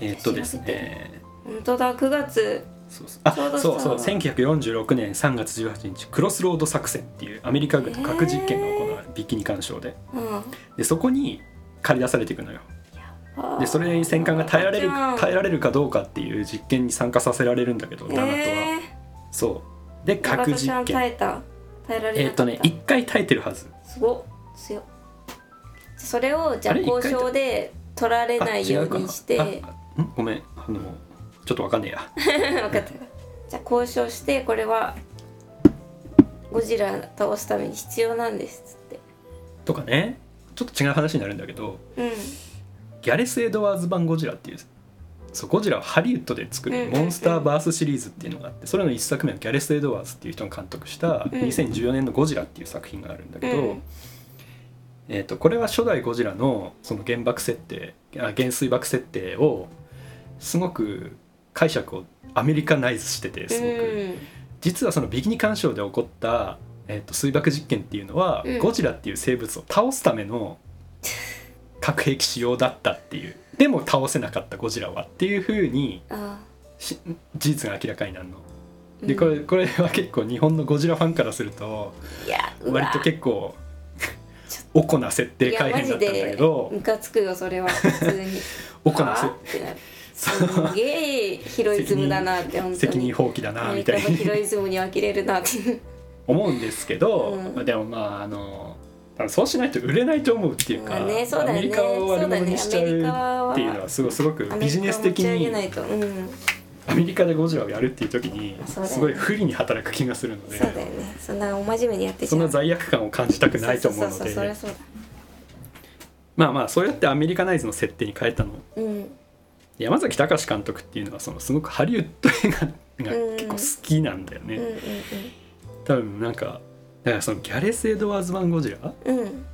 Speaker 1: えっ、とです
Speaker 2: 調べて
Speaker 1: ね
Speaker 2: 本当だ9月
Speaker 1: そうそう
Speaker 2: ちょう
Speaker 1: あ
Speaker 2: ど
Speaker 1: そうそう
Speaker 2: さ
Speaker 1: 1946年3月18日クロスロード作戦っていうアメリカ軍の核実験が行われビキニ干渉で
Speaker 2: うん
Speaker 1: でそこに駆り出されていくのよ
Speaker 2: あー
Speaker 1: でそれに戦艦が耐えられる
Speaker 2: じゃん
Speaker 1: 耐えられるかどうかっていう実験に参加させられるんだけどナナとは、
Speaker 2: え
Speaker 1: そうで
Speaker 2: ー、中
Speaker 1: 核
Speaker 2: 田ちゃ
Speaker 1: 実
Speaker 2: ん耐
Speaker 1: 験
Speaker 2: えた耐えられ
Speaker 1: え
Speaker 2: な
Speaker 1: っ、
Speaker 2: か
Speaker 1: と
Speaker 2: った
Speaker 1: ね1回耐えてるはず
Speaker 2: すごっ強っそれをじゃあ
Speaker 1: あれ一回
Speaker 2: 交渉で取られないようにして
Speaker 1: あ
Speaker 2: 分
Speaker 1: 違 かなあんごめんあのちょっとわかんねえや
Speaker 2: かったじゃあ交渉してこれはゴジラ倒すために必要なんですっつっ
Speaker 1: とかねちょっと違う話になるんだけど
Speaker 2: てうん
Speaker 1: ギャレス・エドワーズ版ゴジラっていうそうゴジラをハリウッドで作
Speaker 2: うんう
Speaker 1: る
Speaker 2: んうん
Speaker 1: モンスターバースシリーズっていうのがあってそれの一作目はギャレス・エドワーズっていう人が監督した2014年の「ゴジラ」っていう作品があるんだけど、
Speaker 2: うん
Speaker 1: えー、とこれは初代ゴジラのその原爆設定あ原水爆設定をすごく解釈をアメリカナイズしててすごく、
Speaker 2: うん
Speaker 1: 実はそのビキニ干渉で起こった、えー、と水爆実験っていうのは、
Speaker 2: うん
Speaker 1: ゴジラっていう生物を倒すための核兵器使用だったっていうでも倒せなかったゴジラはっていうふうに
Speaker 2: あ
Speaker 1: し事実が明らかになるの。
Speaker 2: ー
Speaker 1: でこ
Speaker 2: う
Speaker 1: れ
Speaker 2: ん
Speaker 1: これは結構日本のゴジラファンからすると
Speaker 2: いやうわ
Speaker 1: 割と結構 おこな設定改変だったんだけ
Speaker 2: いやマ
Speaker 1: ど
Speaker 2: ジでムカつくよそれは普通に
Speaker 1: おこな設
Speaker 2: はあってなる
Speaker 1: そう
Speaker 2: すげえヒロイズムだなって本当に
Speaker 1: 責任放棄だなみたい
Speaker 2: アメリカのヒ
Speaker 1: に
Speaker 2: ロイズムに呆れるなって
Speaker 1: 思うんですけど、
Speaker 2: うん
Speaker 1: まあでもまああの多分そうしないと売れないと思うっていうか、
Speaker 2: まあねそうだ
Speaker 1: ア
Speaker 2: よね
Speaker 1: メリカを悪者にしちゃう
Speaker 2: そうだよねアメリカは
Speaker 1: っていうのはすごいすごくビジネス的
Speaker 2: アメリカを持ち上げない
Speaker 1: に
Speaker 2: とうん
Speaker 1: アメリカでゴジラをやるっていう時に
Speaker 2: そうだよね
Speaker 1: すごい不利に働く気がするので
Speaker 2: そうだよねそんなお真面目にやって
Speaker 1: その罪悪感を感じたくないと思うの
Speaker 2: そうそうそうそりゃ
Speaker 1: で
Speaker 2: そうだ
Speaker 1: まあまあそうやってアメリカナイズの設定に変えたの
Speaker 2: うん
Speaker 1: 山崎隆監督っていうのはそのすごくハリウッド映画が結構好きなんだよね、
Speaker 2: うん
Speaker 1: 多分なんかだからそのギャレス・エドワーズ版ゴジラ
Speaker 2: うんうんうん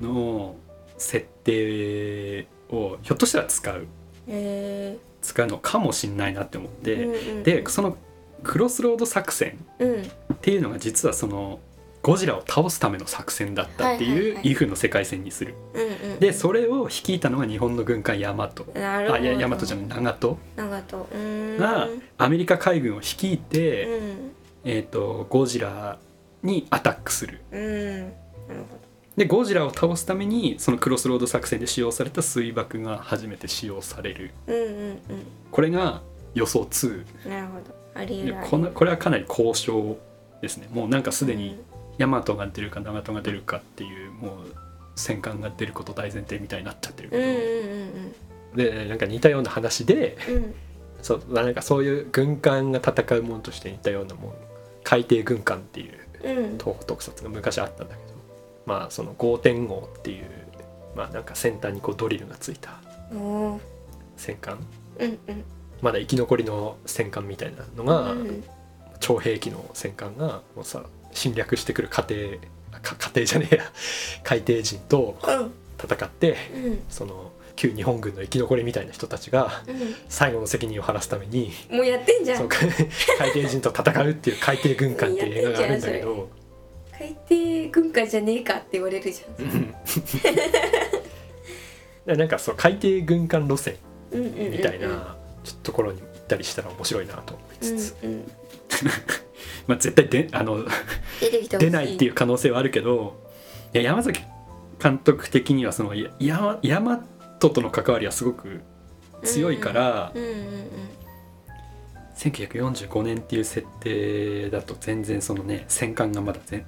Speaker 1: の設定をひょっとしたら使う
Speaker 2: え
Speaker 1: 使うのかもしんないなって思って、
Speaker 2: ーうんうん
Speaker 1: でそのクロスロード作戦
Speaker 2: うん
Speaker 1: っていうのが実はそのゴジラを倒すための作戦だったって
Speaker 2: はい
Speaker 1: い
Speaker 2: は
Speaker 1: う
Speaker 2: いはい
Speaker 1: イフの世界線にする、
Speaker 2: うんうん
Speaker 1: でそれを率いたのが日本の軍艦ヤマト
Speaker 2: なるほ
Speaker 1: あ
Speaker 2: ど
Speaker 1: いやヤマトじゃない長門
Speaker 2: 長門うーん
Speaker 1: がアメリカ海軍を率いうて、
Speaker 2: ん
Speaker 1: えー、とゴジラにアタックする
Speaker 2: うんなるほ
Speaker 1: でゴジラを倒すためにそのクロスロード作戦で使用された水爆が初めて使用される
Speaker 2: どうんうん
Speaker 1: これが予想2
Speaker 2: うんなるほどあり
Speaker 1: で
Speaker 2: えない
Speaker 1: このこれはかなり交渉ですねもうなんかすで
Speaker 2: う
Speaker 1: に
Speaker 2: ん
Speaker 1: ヤマトが出るか長門が出るかっていうもう戦艦が出ること大前提みたいになっちゃってるけ
Speaker 2: うん
Speaker 1: ど、
Speaker 2: うん
Speaker 1: でなんか似たような話で
Speaker 2: うんうん
Speaker 1: そうなんかそういう軍艦が戦うものとして似たようなもの海底軍艦っていう
Speaker 2: うんうん
Speaker 1: 東北特撮が昔あったんだけどまあその5.5っていうまあなんか先端にこうドリルがついた
Speaker 2: おー
Speaker 1: 戦艦
Speaker 2: うんうん
Speaker 1: まだ生き残りの戦艦みたいなのが、徴兵器の戦艦がもうさ侵略してくる家庭か家庭じゃねえや 海底人と戦って
Speaker 2: うんうん
Speaker 1: その旧日本軍の生き残りみたいな人たちが
Speaker 2: う
Speaker 1: 最後の責任を晴らすために
Speaker 2: んもうやってんじゃ
Speaker 1: そうん 海海底人と戦うっていう海底軍艦っていう映画があるんだけど。
Speaker 2: 海底軍艦じゃねえかって言われるじゃん
Speaker 1: でなんか そう海底軍艦路線
Speaker 2: うんうんうんうん
Speaker 1: みたいなちょっとところに行ったりしたら面白いなと思いつつ、
Speaker 2: うんうん
Speaker 1: まあ絶対であの
Speaker 2: 出てきてほし
Speaker 1: 出ないっていう可能性はあるけどいや山崎監督的にはそのややヤマトとの関わりはすごく強いから、
Speaker 2: うんうんうん
Speaker 1: 1945年っていう設定だと全然そのね戦艦がまだ全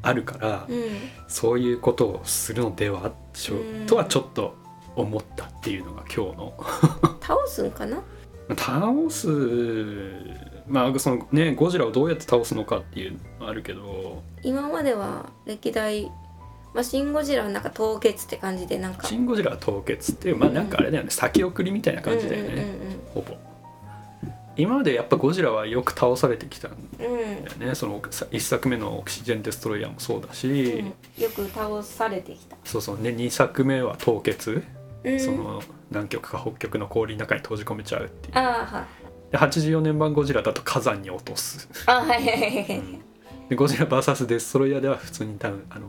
Speaker 1: あるから、
Speaker 2: うん
Speaker 1: そういうことをするのではしょ
Speaker 2: うん
Speaker 1: とはちょっと思ったっていうのが今日の
Speaker 2: 倒すんかな
Speaker 1: 倒すまあそのねゴジラをどうやって倒すのかっていうのあるけど
Speaker 2: 今までは歴代まあシン・ゴジラはなんか凍結って感じでなん
Speaker 1: 「
Speaker 2: か
Speaker 1: シン・ゴジラ」は凍結っていうまあなんかあれだよね先送りみたいな感じだよね、
Speaker 2: うんうんうんうん
Speaker 1: ほぼ今までやっぱゴジラはよく倒されてきたん
Speaker 2: うん
Speaker 1: だよねそのさ一作目の「オキシジェン・デストロイヤー」もそうだ
Speaker 2: う
Speaker 1: し、
Speaker 2: ん、よく倒されてきた、
Speaker 1: そうそうね2作目は凍結、
Speaker 2: うん、
Speaker 1: その南極か北極の氷の中に閉じ込めちゃうっていう
Speaker 2: ああはい
Speaker 1: で84年版ゴジラだと火山に落とす、
Speaker 2: あはいはいはいは
Speaker 1: う
Speaker 2: い
Speaker 1: んでゴジラ VS デストロイヤーでは普通に多分あの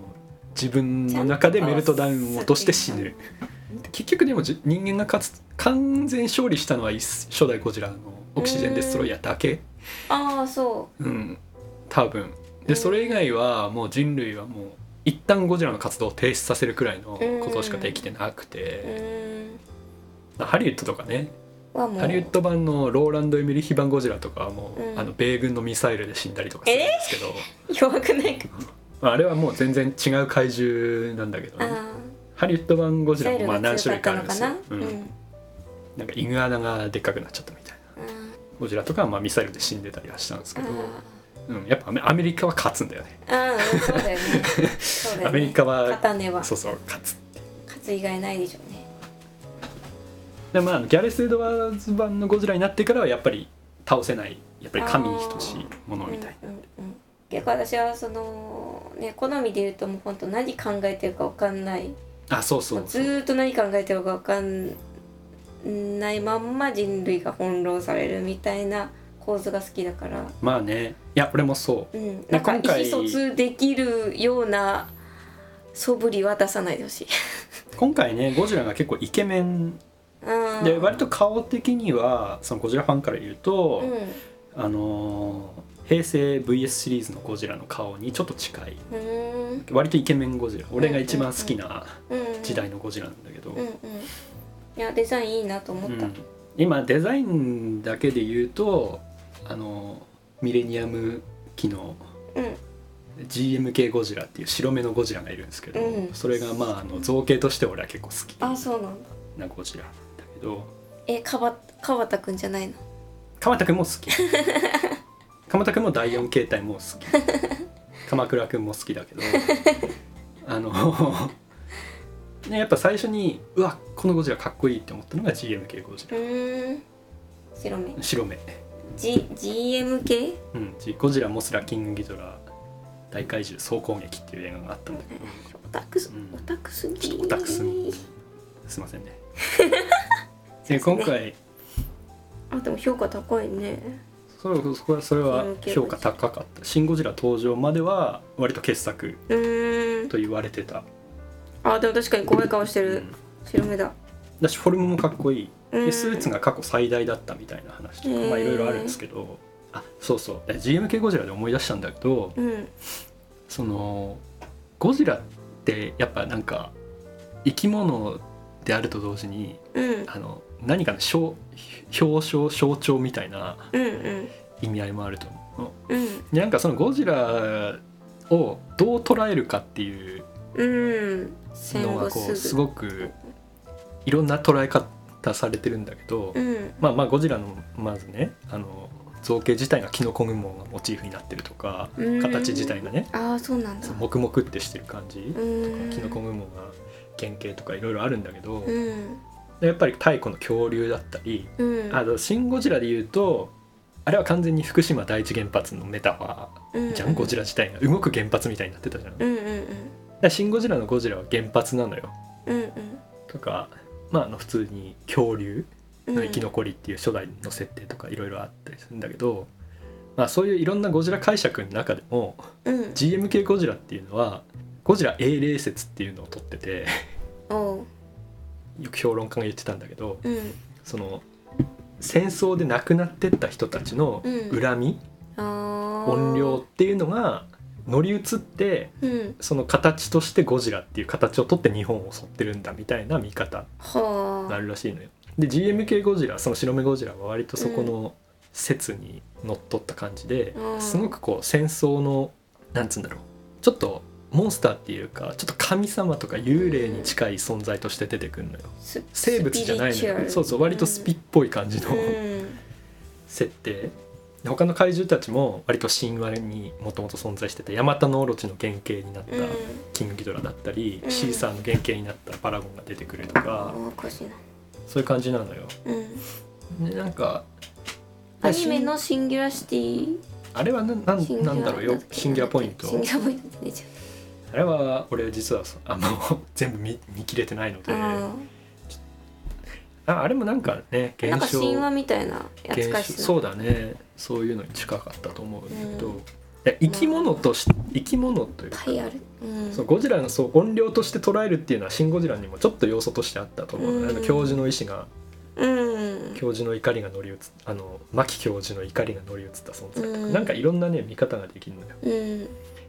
Speaker 1: 自分の中でメルトダウンを落として死ぬ結局でもじ人間が勝つ完全勝利したのは一初代ゴジラのオキシジェン・デストロイヤーだけ
Speaker 2: ああそ
Speaker 1: うん多分でそれ以外はもう人類はもう一旦ゴジラの活動を停止させるくらいのことしかできてなく
Speaker 2: うう
Speaker 1: て、
Speaker 2: ーん
Speaker 1: ハリウッドとかね
Speaker 2: はもう
Speaker 1: ハリウッド版のローランド・エミリヒ版ゴジラとかはもう、
Speaker 2: うん
Speaker 1: あの米軍のミサイルで死んだりとかするんですけど、
Speaker 2: 弱くないか
Speaker 1: まあ、あれはもう全然違う怪獣なんだけど
Speaker 2: あ
Speaker 1: ね、
Speaker 2: あ
Speaker 1: ハリウッド版ゴジ
Speaker 2: ジ
Speaker 1: ラ
Speaker 2: ャ
Speaker 1: も
Speaker 2: イル
Speaker 1: まあ
Speaker 2: が
Speaker 1: 何種
Speaker 2: 強か
Speaker 1: 類
Speaker 2: った
Speaker 1: かあるん
Speaker 2: の
Speaker 1: で
Speaker 2: か
Speaker 1: すよ、
Speaker 2: なう、
Speaker 1: うんんなんかイグアナがでっかくなっちゃったみたいな
Speaker 2: あー
Speaker 1: ゴジラとかはまあミサイルで死んでたりはしたんですけど、
Speaker 2: あ
Speaker 1: うん、やっぱアメアメリカは勝つんだよね
Speaker 2: ーあーうんそうだよねそうだよね
Speaker 1: アメリカは
Speaker 2: 勝たねば
Speaker 1: そうそう勝つ
Speaker 2: 勝つ以外ないでしょうね
Speaker 1: でまあギャレス・エドワーズ版のゴジラになってからはやっぱり倒せないやっぱり神に等しいものみたい
Speaker 2: うんうんうん、結構私はそのね好みで言うともう本当何考えてるか分かんない
Speaker 1: なあそうそう
Speaker 2: ず
Speaker 1: そう
Speaker 2: ーっと何考えてるか分かんないまんま人類が翻弄されるみたいな構図が好きだから、
Speaker 1: まあねいや俺もそう
Speaker 2: うん、なんか意
Speaker 1: 今回
Speaker 2: 思疎通できるような素振りは出さないでほしい。
Speaker 1: 今回ねゴジラが結構イケメン
Speaker 2: うん、
Speaker 1: で割と顔的にはそのゴジラファンから言うと
Speaker 2: うん、、
Speaker 1: あのー平成 VS シリーズのゴジラの顔にちょっと近い
Speaker 2: うん
Speaker 1: 割とイケメンゴジラ俺が一番好きな
Speaker 2: うん、
Speaker 1: 時代のゴジラなんだけど、
Speaker 2: うんうん、いやデザインいいなと思った。
Speaker 1: うん今デザインだけで言うとあのーミレニアム期の
Speaker 2: うん、
Speaker 1: GMK ゴジラっていう白目のゴジラがいるんですけど、
Speaker 2: うん
Speaker 1: それがまああの造形として俺は結構好
Speaker 2: あそうなんだ。
Speaker 1: きなゴジラだけど。
Speaker 2: えかば川田くんじゃないの
Speaker 1: 鎌田君も好 き鎌田君も第4形態も好き鎌倉君も好きだけどあのねやっぱ最初にうわこのゴジラかっこいいって思ったのが GMK ゴジ
Speaker 2: う
Speaker 1: ラ
Speaker 2: ーん白目
Speaker 1: 白目、
Speaker 2: G GM 系
Speaker 1: うん、G- ゴジラモスラキングギドラ大怪獣総攻撃っていう映画があったんだけど
Speaker 2: オタクす
Speaker 1: うん
Speaker 2: オタクすぎ
Speaker 1: ちょっとオタクすぎすいません ねで今回
Speaker 2: あでも評価高いね
Speaker 1: それそこはそれは評価高かった「シン・ゴジラ」登場までは割と傑作
Speaker 2: うーん
Speaker 1: と言われてた、
Speaker 2: あでも確かに怖い顔して
Speaker 1: う
Speaker 2: る
Speaker 1: ん
Speaker 2: 白目だ
Speaker 1: だしフォルムもかっこいい、
Speaker 2: うん
Speaker 1: でスーツが過去最大だったみたいな話とか、まあ
Speaker 2: へー
Speaker 1: いろいろあるんですけどあそうそうで GMK ゴジラで思い出したんだけど
Speaker 2: うん
Speaker 1: そのゴジラってやっぱなんか生き物であると同時に
Speaker 2: うん
Speaker 1: あの何かの象表彰象徴みたいな
Speaker 2: うんうん
Speaker 1: 意味合いもあると思
Speaker 2: うん
Speaker 1: うでなんかそのゴジラをどう捉えるかっていう
Speaker 2: うん戦
Speaker 1: の
Speaker 2: 後
Speaker 1: がこう
Speaker 2: す
Speaker 1: す
Speaker 2: ぐ
Speaker 1: ごくいろんな捉え方されてるんだけど、
Speaker 2: うん
Speaker 1: まあまあゴジラのまずねあの造形自体がキノコ雲がモチーフになってるとか
Speaker 2: うん
Speaker 1: 形自体がね
Speaker 2: ああそうなんだ
Speaker 1: その黙々ってしてる感じ
Speaker 2: うーん
Speaker 1: キノコ雲が原型とかいろいろあるんだけど
Speaker 2: うん
Speaker 1: やっぱり太古の恐竜だったり
Speaker 2: うん
Speaker 1: あの「シン・ゴジラ」で言うとあれは完全に福島第一原発のメタファーじゃんゴジ
Speaker 2: ラ
Speaker 1: ラ自体が動く原発みたいになってたじゃん。だか
Speaker 2: うんうんうん
Speaker 1: らシン・ゴジラのゴジラは原発なのよ
Speaker 2: うん
Speaker 1: とか、まあ、あの普通に恐竜
Speaker 2: うんう
Speaker 1: の
Speaker 2: ん
Speaker 1: 生き残りっていう初代の設定とかいろいろあったりするんだけど、まあ、そういういろんなゴジラ解釈の中でも
Speaker 2: うん
Speaker 1: GMK ゴジラっていうのはゴジラ英霊説っていうのを取ってて
Speaker 2: おう
Speaker 1: よく評論家が言ってたんだけど
Speaker 2: うん
Speaker 1: その戦争で亡くなってった人たちの
Speaker 2: うん
Speaker 1: 恨み、
Speaker 2: あー
Speaker 1: 怨霊っていうのが乗り移って
Speaker 2: うん
Speaker 1: その形としてゴジラっていう形を取って日本を襲ってるんだみたいな見方
Speaker 2: は
Speaker 1: があ
Speaker 2: あ
Speaker 1: るらしいのよ。で GMK ゴジラその白目ゴジラは割とそこの説にのっとった感じで、
Speaker 2: うん
Speaker 1: すごくこう戦争のなんつうんだろうちょっとモンスターっていうかちょっと神様とか幽霊に近い存在として出てくるのよ。
Speaker 2: す
Speaker 1: 生物じゃない
Speaker 2: スピリチュア
Speaker 1: のよ
Speaker 2: ル
Speaker 1: そうそう割とスピっぽい感じの
Speaker 2: うん
Speaker 1: 設定。で他の怪獣たちも割と神話にもともと存在しててヤマタノオロチの原型になった
Speaker 2: うん
Speaker 1: キングギドラだったり、
Speaker 2: うん
Speaker 1: シーサーの原型になったパラゴンが出てくるとか、
Speaker 2: おかしいな
Speaker 1: そういう感じなのよ。
Speaker 2: うん
Speaker 1: ねなんか
Speaker 2: アニメのシンギュラシティ
Speaker 1: あれはなな
Speaker 2: シン
Speaker 1: ん
Speaker 2: ギュラ
Speaker 1: なんだろうよシンギュラポイント
Speaker 2: シンギュラポイントって出ちゃ
Speaker 1: あれは俺実はそあの 全部見見切れてないので
Speaker 2: う、
Speaker 1: あ
Speaker 2: あ
Speaker 1: あれもなんかね
Speaker 2: ーなんか
Speaker 1: 現象
Speaker 2: 神話みたいな
Speaker 1: 現
Speaker 2: 扱い
Speaker 1: 象
Speaker 2: して
Speaker 1: そうだねそういうのに近かったと思うんだけど、
Speaker 2: うん
Speaker 1: いや生き物とし生き物という
Speaker 2: い
Speaker 1: か
Speaker 2: っぱいあるうん
Speaker 1: そうゴジラのそう音量として捉えるっていうのは「シン・ゴジラ」にもちょっと要素としてあったと思うのね、
Speaker 2: うん
Speaker 1: あの教授の意思が
Speaker 2: うん
Speaker 1: 教授の怒りが乗り移っあの牧教授の怒りが乗り移った存在とか、
Speaker 2: うん
Speaker 1: なんかいろんなね見方ができるのよ。
Speaker 2: うん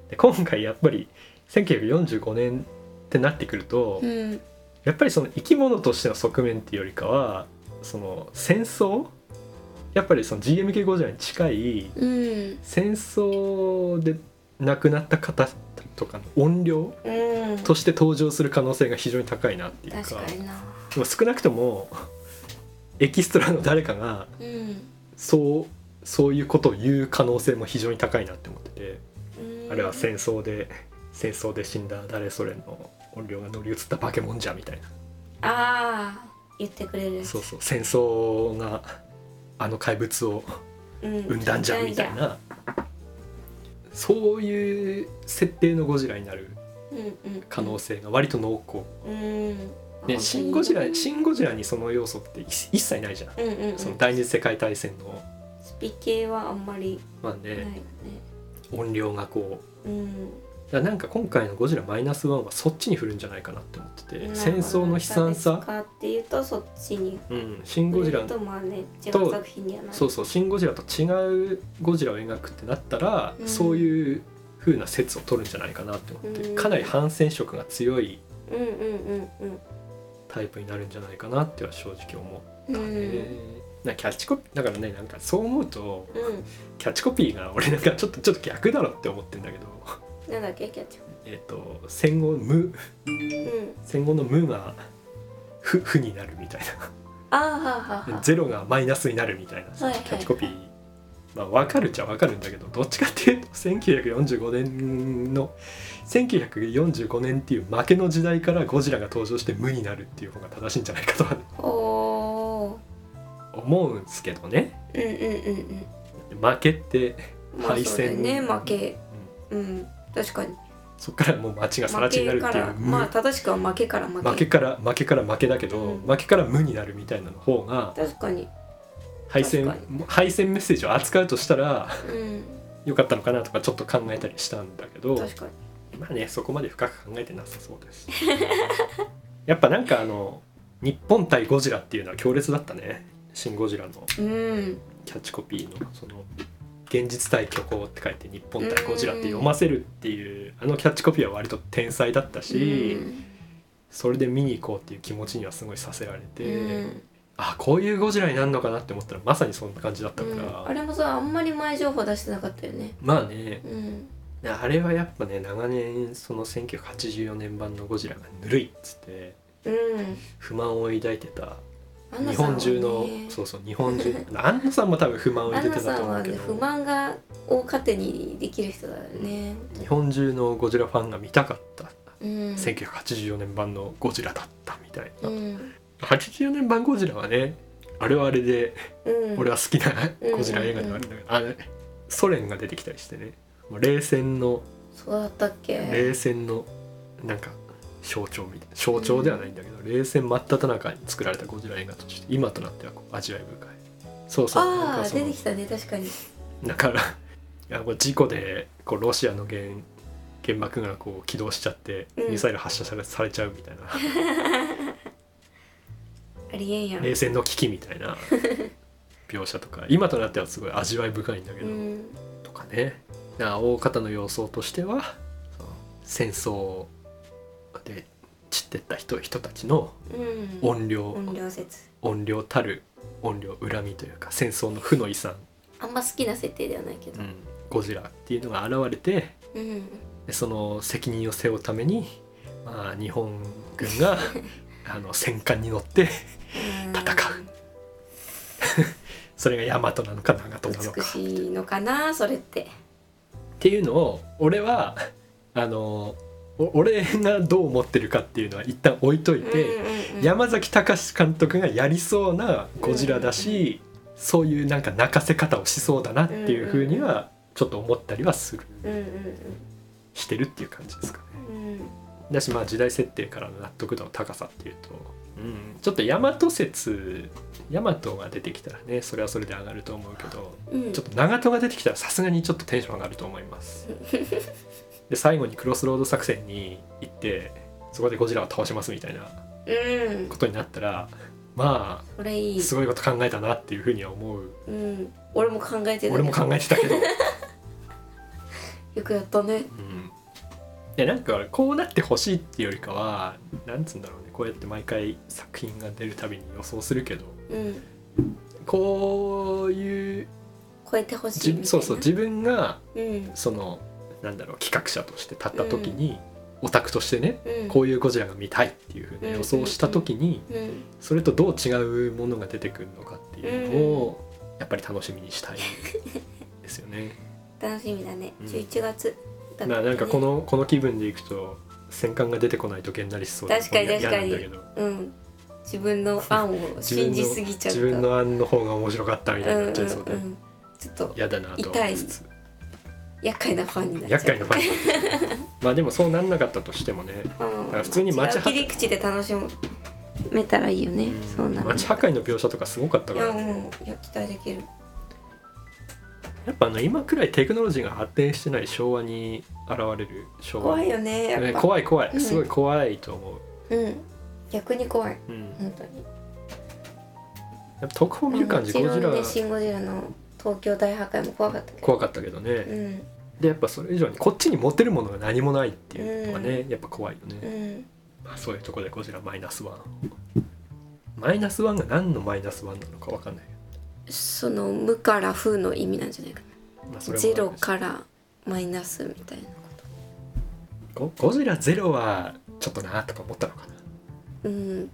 Speaker 1: で今回やっぱり1945年ってなってくると、
Speaker 2: うん
Speaker 1: やっぱりその生き物としての側面っていうよりかはその戦争やっぱりその GMK ゴジラに近い
Speaker 2: うん
Speaker 1: 戦争で亡くなった方とかの怨霊
Speaker 2: うん
Speaker 1: として登場する可能性が非常に高いなっていうか
Speaker 2: 確かにな
Speaker 1: でも少なくともエキストラの誰かが
Speaker 2: うん
Speaker 1: そうそういうことを言う可能性も非常に高いなって思ってて
Speaker 2: うん
Speaker 1: あれは戦争で戦争で死んだ誰それの怨霊が乗り移った化け物じゃみたいな
Speaker 2: ああ言ってくれる
Speaker 1: そうそう戦争があの怪物を
Speaker 2: うん
Speaker 1: 生んだんじゃみたいなそういう設定のゴジラになる
Speaker 2: うんうん
Speaker 1: 可能性が割と濃厚
Speaker 2: うん
Speaker 1: ね、シン・ゴジラ
Speaker 2: うん
Speaker 1: シン・ゴジラにその要素って一一切ないじゃん、
Speaker 2: うんうん
Speaker 1: その第二次世界大戦の
Speaker 2: スピ系はあんまり
Speaker 1: まあ
Speaker 2: ないよ
Speaker 1: ね、
Speaker 2: ね
Speaker 1: 音量がこう
Speaker 2: うん
Speaker 1: だからなんか今回の「ゴジラマイナスワンはそっちに振るんじゃないかなって思ってて
Speaker 2: なるほど
Speaker 1: 戦争の悲惨
Speaker 2: 差別
Speaker 1: さ、
Speaker 2: かっていうとそっちに
Speaker 1: うん、シン・ゴジラ
Speaker 2: とまあね違
Speaker 1: と
Speaker 2: う作品にはなる
Speaker 1: そうそう「シン・ゴジラ」と違うゴジラを描くってなったら、
Speaker 2: うん
Speaker 1: そういう風な説を取るんじゃないかなって思って、
Speaker 2: うん
Speaker 1: かなり反戦色が強い
Speaker 2: うんうんうん
Speaker 1: タイプになるんじゃないかなっては正直思
Speaker 2: うんう
Speaker 1: う、ね
Speaker 2: ん
Speaker 1: なんかキャッチコピーだからねなんかそう思うと
Speaker 2: うん
Speaker 1: キャッチコピーが俺なんかちょっとちょっと逆だろって思ってんだけど
Speaker 2: なんだっけキャッチ
Speaker 1: えっ、と戦後無
Speaker 2: うん
Speaker 1: 戦後の無が負負になるみたい
Speaker 2: あーはーはー
Speaker 1: な
Speaker 2: はー
Speaker 1: ゼロがマイナスになるみたいな、
Speaker 2: はいはい
Speaker 1: キャッチコピーまあ分かるっちゃ分かるんだけどどっちかっていうと1945年の1945年っていう負けの時代からゴジラが登場して無になるっていう方が正しいんじゃないかとは
Speaker 2: お
Speaker 1: 思うんですけどね
Speaker 2: ーうんうんうんうん
Speaker 1: 負けって
Speaker 2: まあ
Speaker 1: 敗
Speaker 2: そうだよ
Speaker 1: 戦
Speaker 2: ね負け
Speaker 1: う
Speaker 2: うん確かに
Speaker 1: そっからもう街が更
Speaker 2: 負
Speaker 1: 地になる
Speaker 2: け
Speaker 1: っ
Speaker 2: か
Speaker 1: ていう
Speaker 2: ら
Speaker 1: 無
Speaker 2: まあ正しくは負けから負け
Speaker 1: 負けから負けから負けだけど、
Speaker 2: うん
Speaker 1: 負けから無になるみたいなの方が
Speaker 2: 確かに
Speaker 1: 敗戦
Speaker 2: 確か
Speaker 1: 敗戦メッセージを扱うとしたら
Speaker 2: うん
Speaker 1: 良かったのかなとかちょっと考えたりしたんだけど
Speaker 2: 確かに
Speaker 1: まあねそこまで深く考えてなさそうですやっぱなんかあの日本対ゴジラっていうのは強烈だったね「シン・ゴジラ」の
Speaker 2: うん
Speaker 1: キャッチコピーのその「現実対虚構」って書いて「日本対ゴジラ」って読ませるっていうあのキャッチコピーは割と天才だったし、それで見に行こうっていう気持ちにはすごいさせられ
Speaker 2: う
Speaker 1: て。
Speaker 2: ん
Speaker 1: あこういうゴジラになるのかなって思ったらまさにそんな感じだった
Speaker 2: う
Speaker 1: から、
Speaker 2: んあれもさあんまり前情報出してなかったよね
Speaker 1: まあね
Speaker 2: うん
Speaker 1: あれはやっぱね長年その1984年版のゴジラがぬるいっつって
Speaker 2: うん
Speaker 1: 不満を抱いてた
Speaker 2: アンナ
Speaker 1: 日
Speaker 2: さんは
Speaker 1: 本
Speaker 2: ね
Speaker 1: 中の、そうそう日本中 の安野さんも多分不満を
Speaker 2: ア
Speaker 1: 抱
Speaker 2: ン
Speaker 1: い
Speaker 2: ナ
Speaker 1: てた
Speaker 2: さ
Speaker 1: と
Speaker 2: ん
Speaker 1: 思
Speaker 2: は
Speaker 1: うけ
Speaker 2: ね
Speaker 1: ど
Speaker 2: 不満がを糧にできる人だよね
Speaker 1: 日本中のゴジラファンが見たかった、
Speaker 2: うん
Speaker 1: 1984年版のゴジラだったみたいな、
Speaker 2: うん
Speaker 1: 84年版ゴジラはねあれはあれで
Speaker 2: うん
Speaker 1: 俺は好きな
Speaker 2: うん
Speaker 1: ゴジラ映画ではあるんだけど、あれソ連が出てきたりしてねもう冷戦の
Speaker 2: そうだったっけ
Speaker 1: 冷戦のなんか象徴みたいな象徴ではないんだけど、冷戦真っ只中に作られたゴジラ映画として今となってはこう味わい深いそうそうなん
Speaker 2: あ
Speaker 1: か
Speaker 2: あ
Speaker 1: そ
Speaker 2: 出て
Speaker 1: の
Speaker 2: きたね確かに
Speaker 1: だからい やこう事故でこうロシアの原原爆がこう起動しちゃって
Speaker 2: うん
Speaker 1: ミサイル発射され,、されちゃうみたいな
Speaker 2: ありえんや
Speaker 1: 冷戦の危機みたいな描写とか今となってはすごい味わい深いんだけ
Speaker 2: う
Speaker 1: ど、
Speaker 2: ん
Speaker 1: とかねだから大方の様相としてはその戦争で散ってった人人たちの
Speaker 2: うん
Speaker 1: 怨霊、
Speaker 2: 音量説
Speaker 1: 怨霊たる怨霊恨みというか戦争の負の遺産、
Speaker 2: あんま好きな設定ではないけど
Speaker 1: ゴジラっていうのが現れて
Speaker 2: うん
Speaker 1: でその責任を背負うために、まあ、日本軍 があの戦艦に乗って 戦それが大和なのか長門なのか
Speaker 2: 美
Speaker 1: っ
Speaker 2: しいのかなそれって
Speaker 1: ていうのを俺はあのお俺がどう思ってるかっていうのは一旦置いといて。
Speaker 2: うんうんうん
Speaker 1: 山崎隆監督がやりそうなゴジラだし、そういうなんか泣かせ方をしそうだなっていうふうにはちょっと思ったりはする
Speaker 2: うんうん
Speaker 1: してるっていう感じですかね。
Speaker 2: うんうん
Speaker 1: だしまあ時代設定からの納得度の高さっていうと、うん、ちょっと大和説大和が出てきたらねそれはそれで上がると思うけど
Speaker 2: うん
Speaker 1: ちょっと長門が出てきたらさすがにちょっとテンション上がると思います。で最後にクロスロード作戦に行ってそこでゴジラを倒しますみたいな
Speaker 2: うん
Speaker 1: ことになったらま
Speaker 2: これい
Speaker 1: あ
Speaker 2: い
Speaker 1: すごいこと考えたなっていうふうには思う
Speaker 2: うん俺も考えてた
Speaker 1: 俺も考えてたけど、
Speaker 2: よくやったね
Speaker 1: うん、でなんかこうなってほしいっていうよりかはなんつうんだろうねこうやって毎回作品が出るたびに予想するけど
Speaker 2: うん
Speaker 1: こういう
Speaker 2: 超えてほしいみたい
Speaker 1: じ
Speaker 2: な
Speaker 1: そうそう自分が
Speaker 2: うん
Speaker 1: そのなんだろう企画者として立った時に、オタクとしてね
Speaker 2: うん
Speaker 1: こういうゴジラが見たいっていうふうな予想をした時に
Speaker 2: うん
Speaker 1: それとどう違うものが出てくるのかっていうのをやっぱり楽しみにしたいですよね。
Speaker 2: 楽しみだね
Speaker 1: うん
Speaker 2: 11月だったね
Speaker 1: ななんかこのこの気分でいくと戦艦が出てこない時計になりそう
Speaker 2: 確かに
Speaker 1: 嫌
Speaker 2: 確かに
Speaker 1: 嫌なんだけど
Speaker 2: うん自分の案を信じすぎちゃっ
Speaker 1: 自
Speaker 2: た
Speaker 1: 分の案の方が面白かったみたいになっちゃいそうで
Speaker 2: うんうんうん、ちょっと
Speaker 1: 嫌だなと思いつつ
Speaker 2: 厄介なファンになっ
Speaker 1: 厄
Speaker 2: ちゃ
Speaker 1: 介
Speaker 2: う
Speaker 1: なファンになってる まあでもそうなんなかったとしてもね
Speaker 2: うん
Speaker 1: ら普通に街
Speaker 2: 違う切り口で楽しめたらいいよね、そうなの
Speaker 1: 街破壊の描写とかすごかった
Speaker 2: い
Speaker 1: から
Speaker 2: や
Speaker 1: ね、
Speaker 2: もういや期待できる
Speaker 1: やっぱあの今くらいテクノロジーが発展してない昭和に現れる昭和
Speaker 2: 怖いよねやっ
Speaker 1: ね
Speaker 2: ぱ、
Speaker 1: 怖い怖い、
Speaker 2: うん
Speaker 1: すごい怖いと思う、
Speaker 2: うん逆に怖い
Speaker 1: うん、やっ
Speaker 2: 本当に
Speaker 1: ぱ特報見る感じ
Speaker 2: あ
Speaker 1: ゴ
Speaker 2: の
Speaker 1: ジラ
Speaker 2: 違うねシン・ゴジラの東京大破壊も怖かったけど
Speaker 1: 怖かったけどね、
Speaker 2: うん
Speaker 1: でやっぱそれ以上にこっちに持てるものが何もないっていうのがね、やっぱ怖いよ
Speaker 2: う
Speaker 1: ね、
Speaker 2: ん
Speaker 1: まあ、そういうとこでゴジラマイナスワンマイナスワンが何のマイナスワンなのかわかんないけ
Speaker 2: その無から風の意味なんじゃないか
Speaker 1: ど、まあ、そ
Speaker 2: な
Speaker 1: れ
Speaker 2: ゼロ
Speaker 1: も
Speaker 2: からマイナスみたいな
Speaker 1: ゴゴジラゼロはちょっとなとか思ったのかな
Speaker 2: うん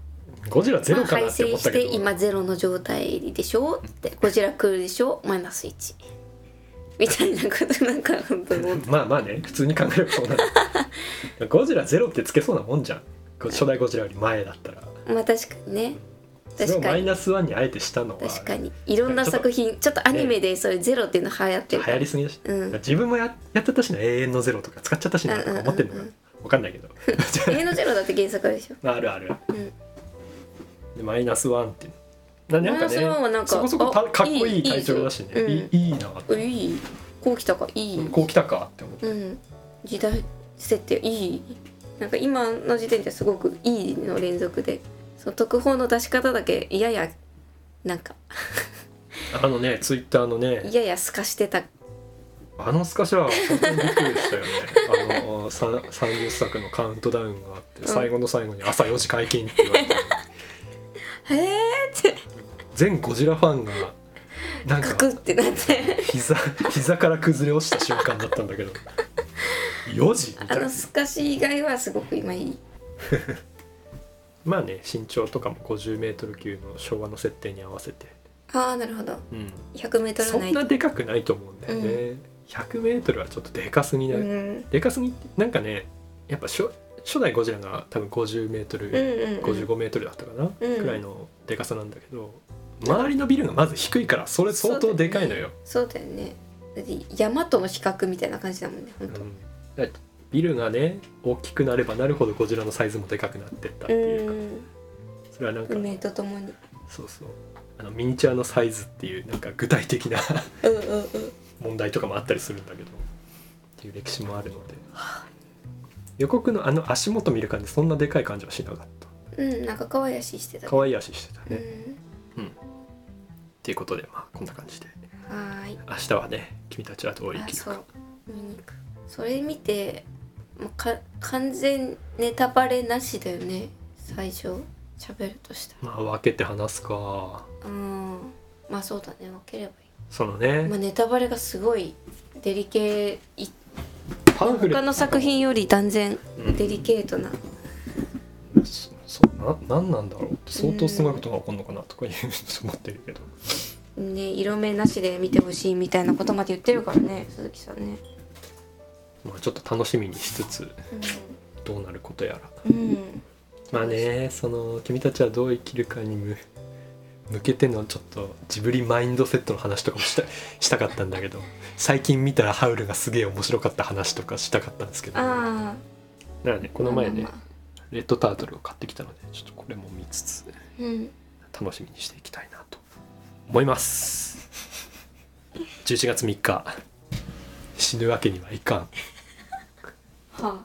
Speaker 1: ゴジラゼロか
Speaker 2: ま
Speaker 1: な
Speaker 2: あ
Speaker 1: って思
Speaker 2: 敗戦
Speaker 1: った
Speaker 2: し
Speaker 1: け
Speaker 2: て
Speaker 1: ど、
Speaker 2: 今ゼロの状態でしょってゴジラ来るでしょマイナス1みたいなことなんか本当に 思って
Speaker 1: まあまあね普通に考えればそうな るゴジラゼロってつけそうなもんじゃんこ初代ゴジラより前だったら
Speaker 2: まあ確かにね
Speaker 1: それ
Speaker 2: 確
Speaker 1: を
Speaker 2: か
Speaker 1: マイ
Speaker 2: に
Speaker 1: ナスワンにあえてしたのは
Speaker 2: 確かにいろんな作品ちょっとアニメでそれゼロっていうの流行って
Speaker 1: 流
Speaker 2: るから
Speaker 1: 行りすぎだし、
Speaker 2: うん
Speaker 1: 自分もややってたしな永遠のゼロとか使っちゃったしなとか思ってんのか
Speaker 2: うんうん
Speaker 1: わかん ないけど
Speaker 2: 永遠のゼロだって原作あるでしょ
Speaker 1: まああるある、
Speaker 2: ん
Speaker 1: でマイナスワンってななん
Speaker 2: マイ
Speaker 1: か
Speaker 2: ナスワンはなん
Speaker 1: ね
Speaker 2: か
Speaker 1: そこそこた
Speaker 2: あ
Speaker 1: かっこい
Speaker 2: い
Speaker 1: い
Speaker 2: い
Speaker 1: タイトルだしね
Speaker 2: いい
Speaker 1: い
Speaker 2: ぞ
Speaker 1: いいいなって
Speaker 2: うんいいこう来たかいい
Speaker 1: こう来たかって思って
Speaker 2: うん時代設定いいなんか今の時点ですごくいいの連続でその特報の出し方だけややなんか
Speaker 1: あのねツイッターのね
Speaker 2: やや透かしてた
Speaker 1: あのスカシャは本当にびっくりしたよねあのさ30作のカウントダウンがあって
Speaker 2: ん
Speaker 1: 最後の最後に朝4時解禁って言われて
Speaker 2: へえって
Speaker 1: 全ゴジラファンがなん
Speaker 2: カ
Speaker 1: か
Speaker 2: クってな って
Speaker 1: 膝膝から崩れ落ちた瞬間だったんだけど4時み
Speaker 2: あ
Speaker 1: たい
Speaker 2: の
Speaker 1: な
Speaker 2: 透かし以外はすごく今いい
Speaker 1: まあね身長とかも 50m 級の昭和の設定に合わせて、
Speaker 2: ああなるほど
Speaker 1: うん、そ
Speaker 2: 100m ない
Speaker 1: んなでかくないと思うんだよね、100m はちょっとでかすぎない、
Speaker 2: うん
Speaker 1: でかすぎってなんかねやっぱ初初代ゴジラが多分 50m、
Speaker 2: うんうんうん
Speaker 1: 55メートルだったかな、
Speaker 2: うん
Speaker 1: くらいのでかさなんだけど周りのビルがまず低いからそれ相当でかいのよ、
Speaker 2: そうだよねだって山との比較みたいな感じだもんね本
Speaker 1: うん
Speaker 2: 当
Speaker 1: だからビルがね大きくなればなるほどゴジラのサイズもでかくなってったっていうか、
Speaker 2: うん
Speaker 1: それはなんか
Speaker 2: 運命とともに
Speaker 1: そうそうあのミニチュアのサイズっていうなんか具体的 な
Speaker 2: うんうんうん
Speaker 1: 問題とかもあったりするんだけどっていう歴史もあるので予告のあの足元見る感じそんなでかい感じはしなかった
Speaker 2: うんなんか可愛らしいしてた
Speaker 1: 可愛い足してた
Speaker 2: う
Speaker 1: ね、っ
Speaker 2: ん
Speaker 1: ていうことでまあこんな感じで
Speaker 2: はーい
Speaker 1: 明日はね君たちはどう生
Speaker 2: あ
Speaker 1: きる
Speaker 2: そ
Speaker 1: か
Speaker 2: う見に行くそれ見てもうか完全ネタバレなしだよね最初喋るとした
Speaker 1: まあ分けて話すか
Speaker 2: らうんまあそうだね分ければい
Speaker 1: そのね、
Speaker 2: い、まあ、ネタバレがすごいデリケート
Speaker 1: パンフレット
Speaker 2: 他の作品より断然
Speaker 1: うん
Speaker 2: デリケートな
Speaker 1: そそうな何なんだろうって相当すごいことが起こるのかなとかいう思ってるけど
Speaker 2: ね色目なしで見てほしいみたいなことまで言ってるからね鈴木さんね
Speaker 1: まあちょっと楽しみにしつつ
Speaker 2: う
Speaker 1: どうなることやら
Speaker 2: ん、うん、
Speaker 1: まあねその君たちはどう生きるかにむ抜けてんのちょっとジブリマインドセットの話とかもした したかったんだけど最近見たらハウルがすげえ面白かった話とかしたかったんですけどだか
Speaker 2: ああ
Speaker 1: らねこ
Speaker 2: こ
Speaker 1: の前ねレッドタートルを買ってきたのでちょっとこれも見つつ
Speaker 2: うん
Speaker 1: 楽しみにしていきたいなと思います11月3日死ぬわけにはいかん
Speaker 2: は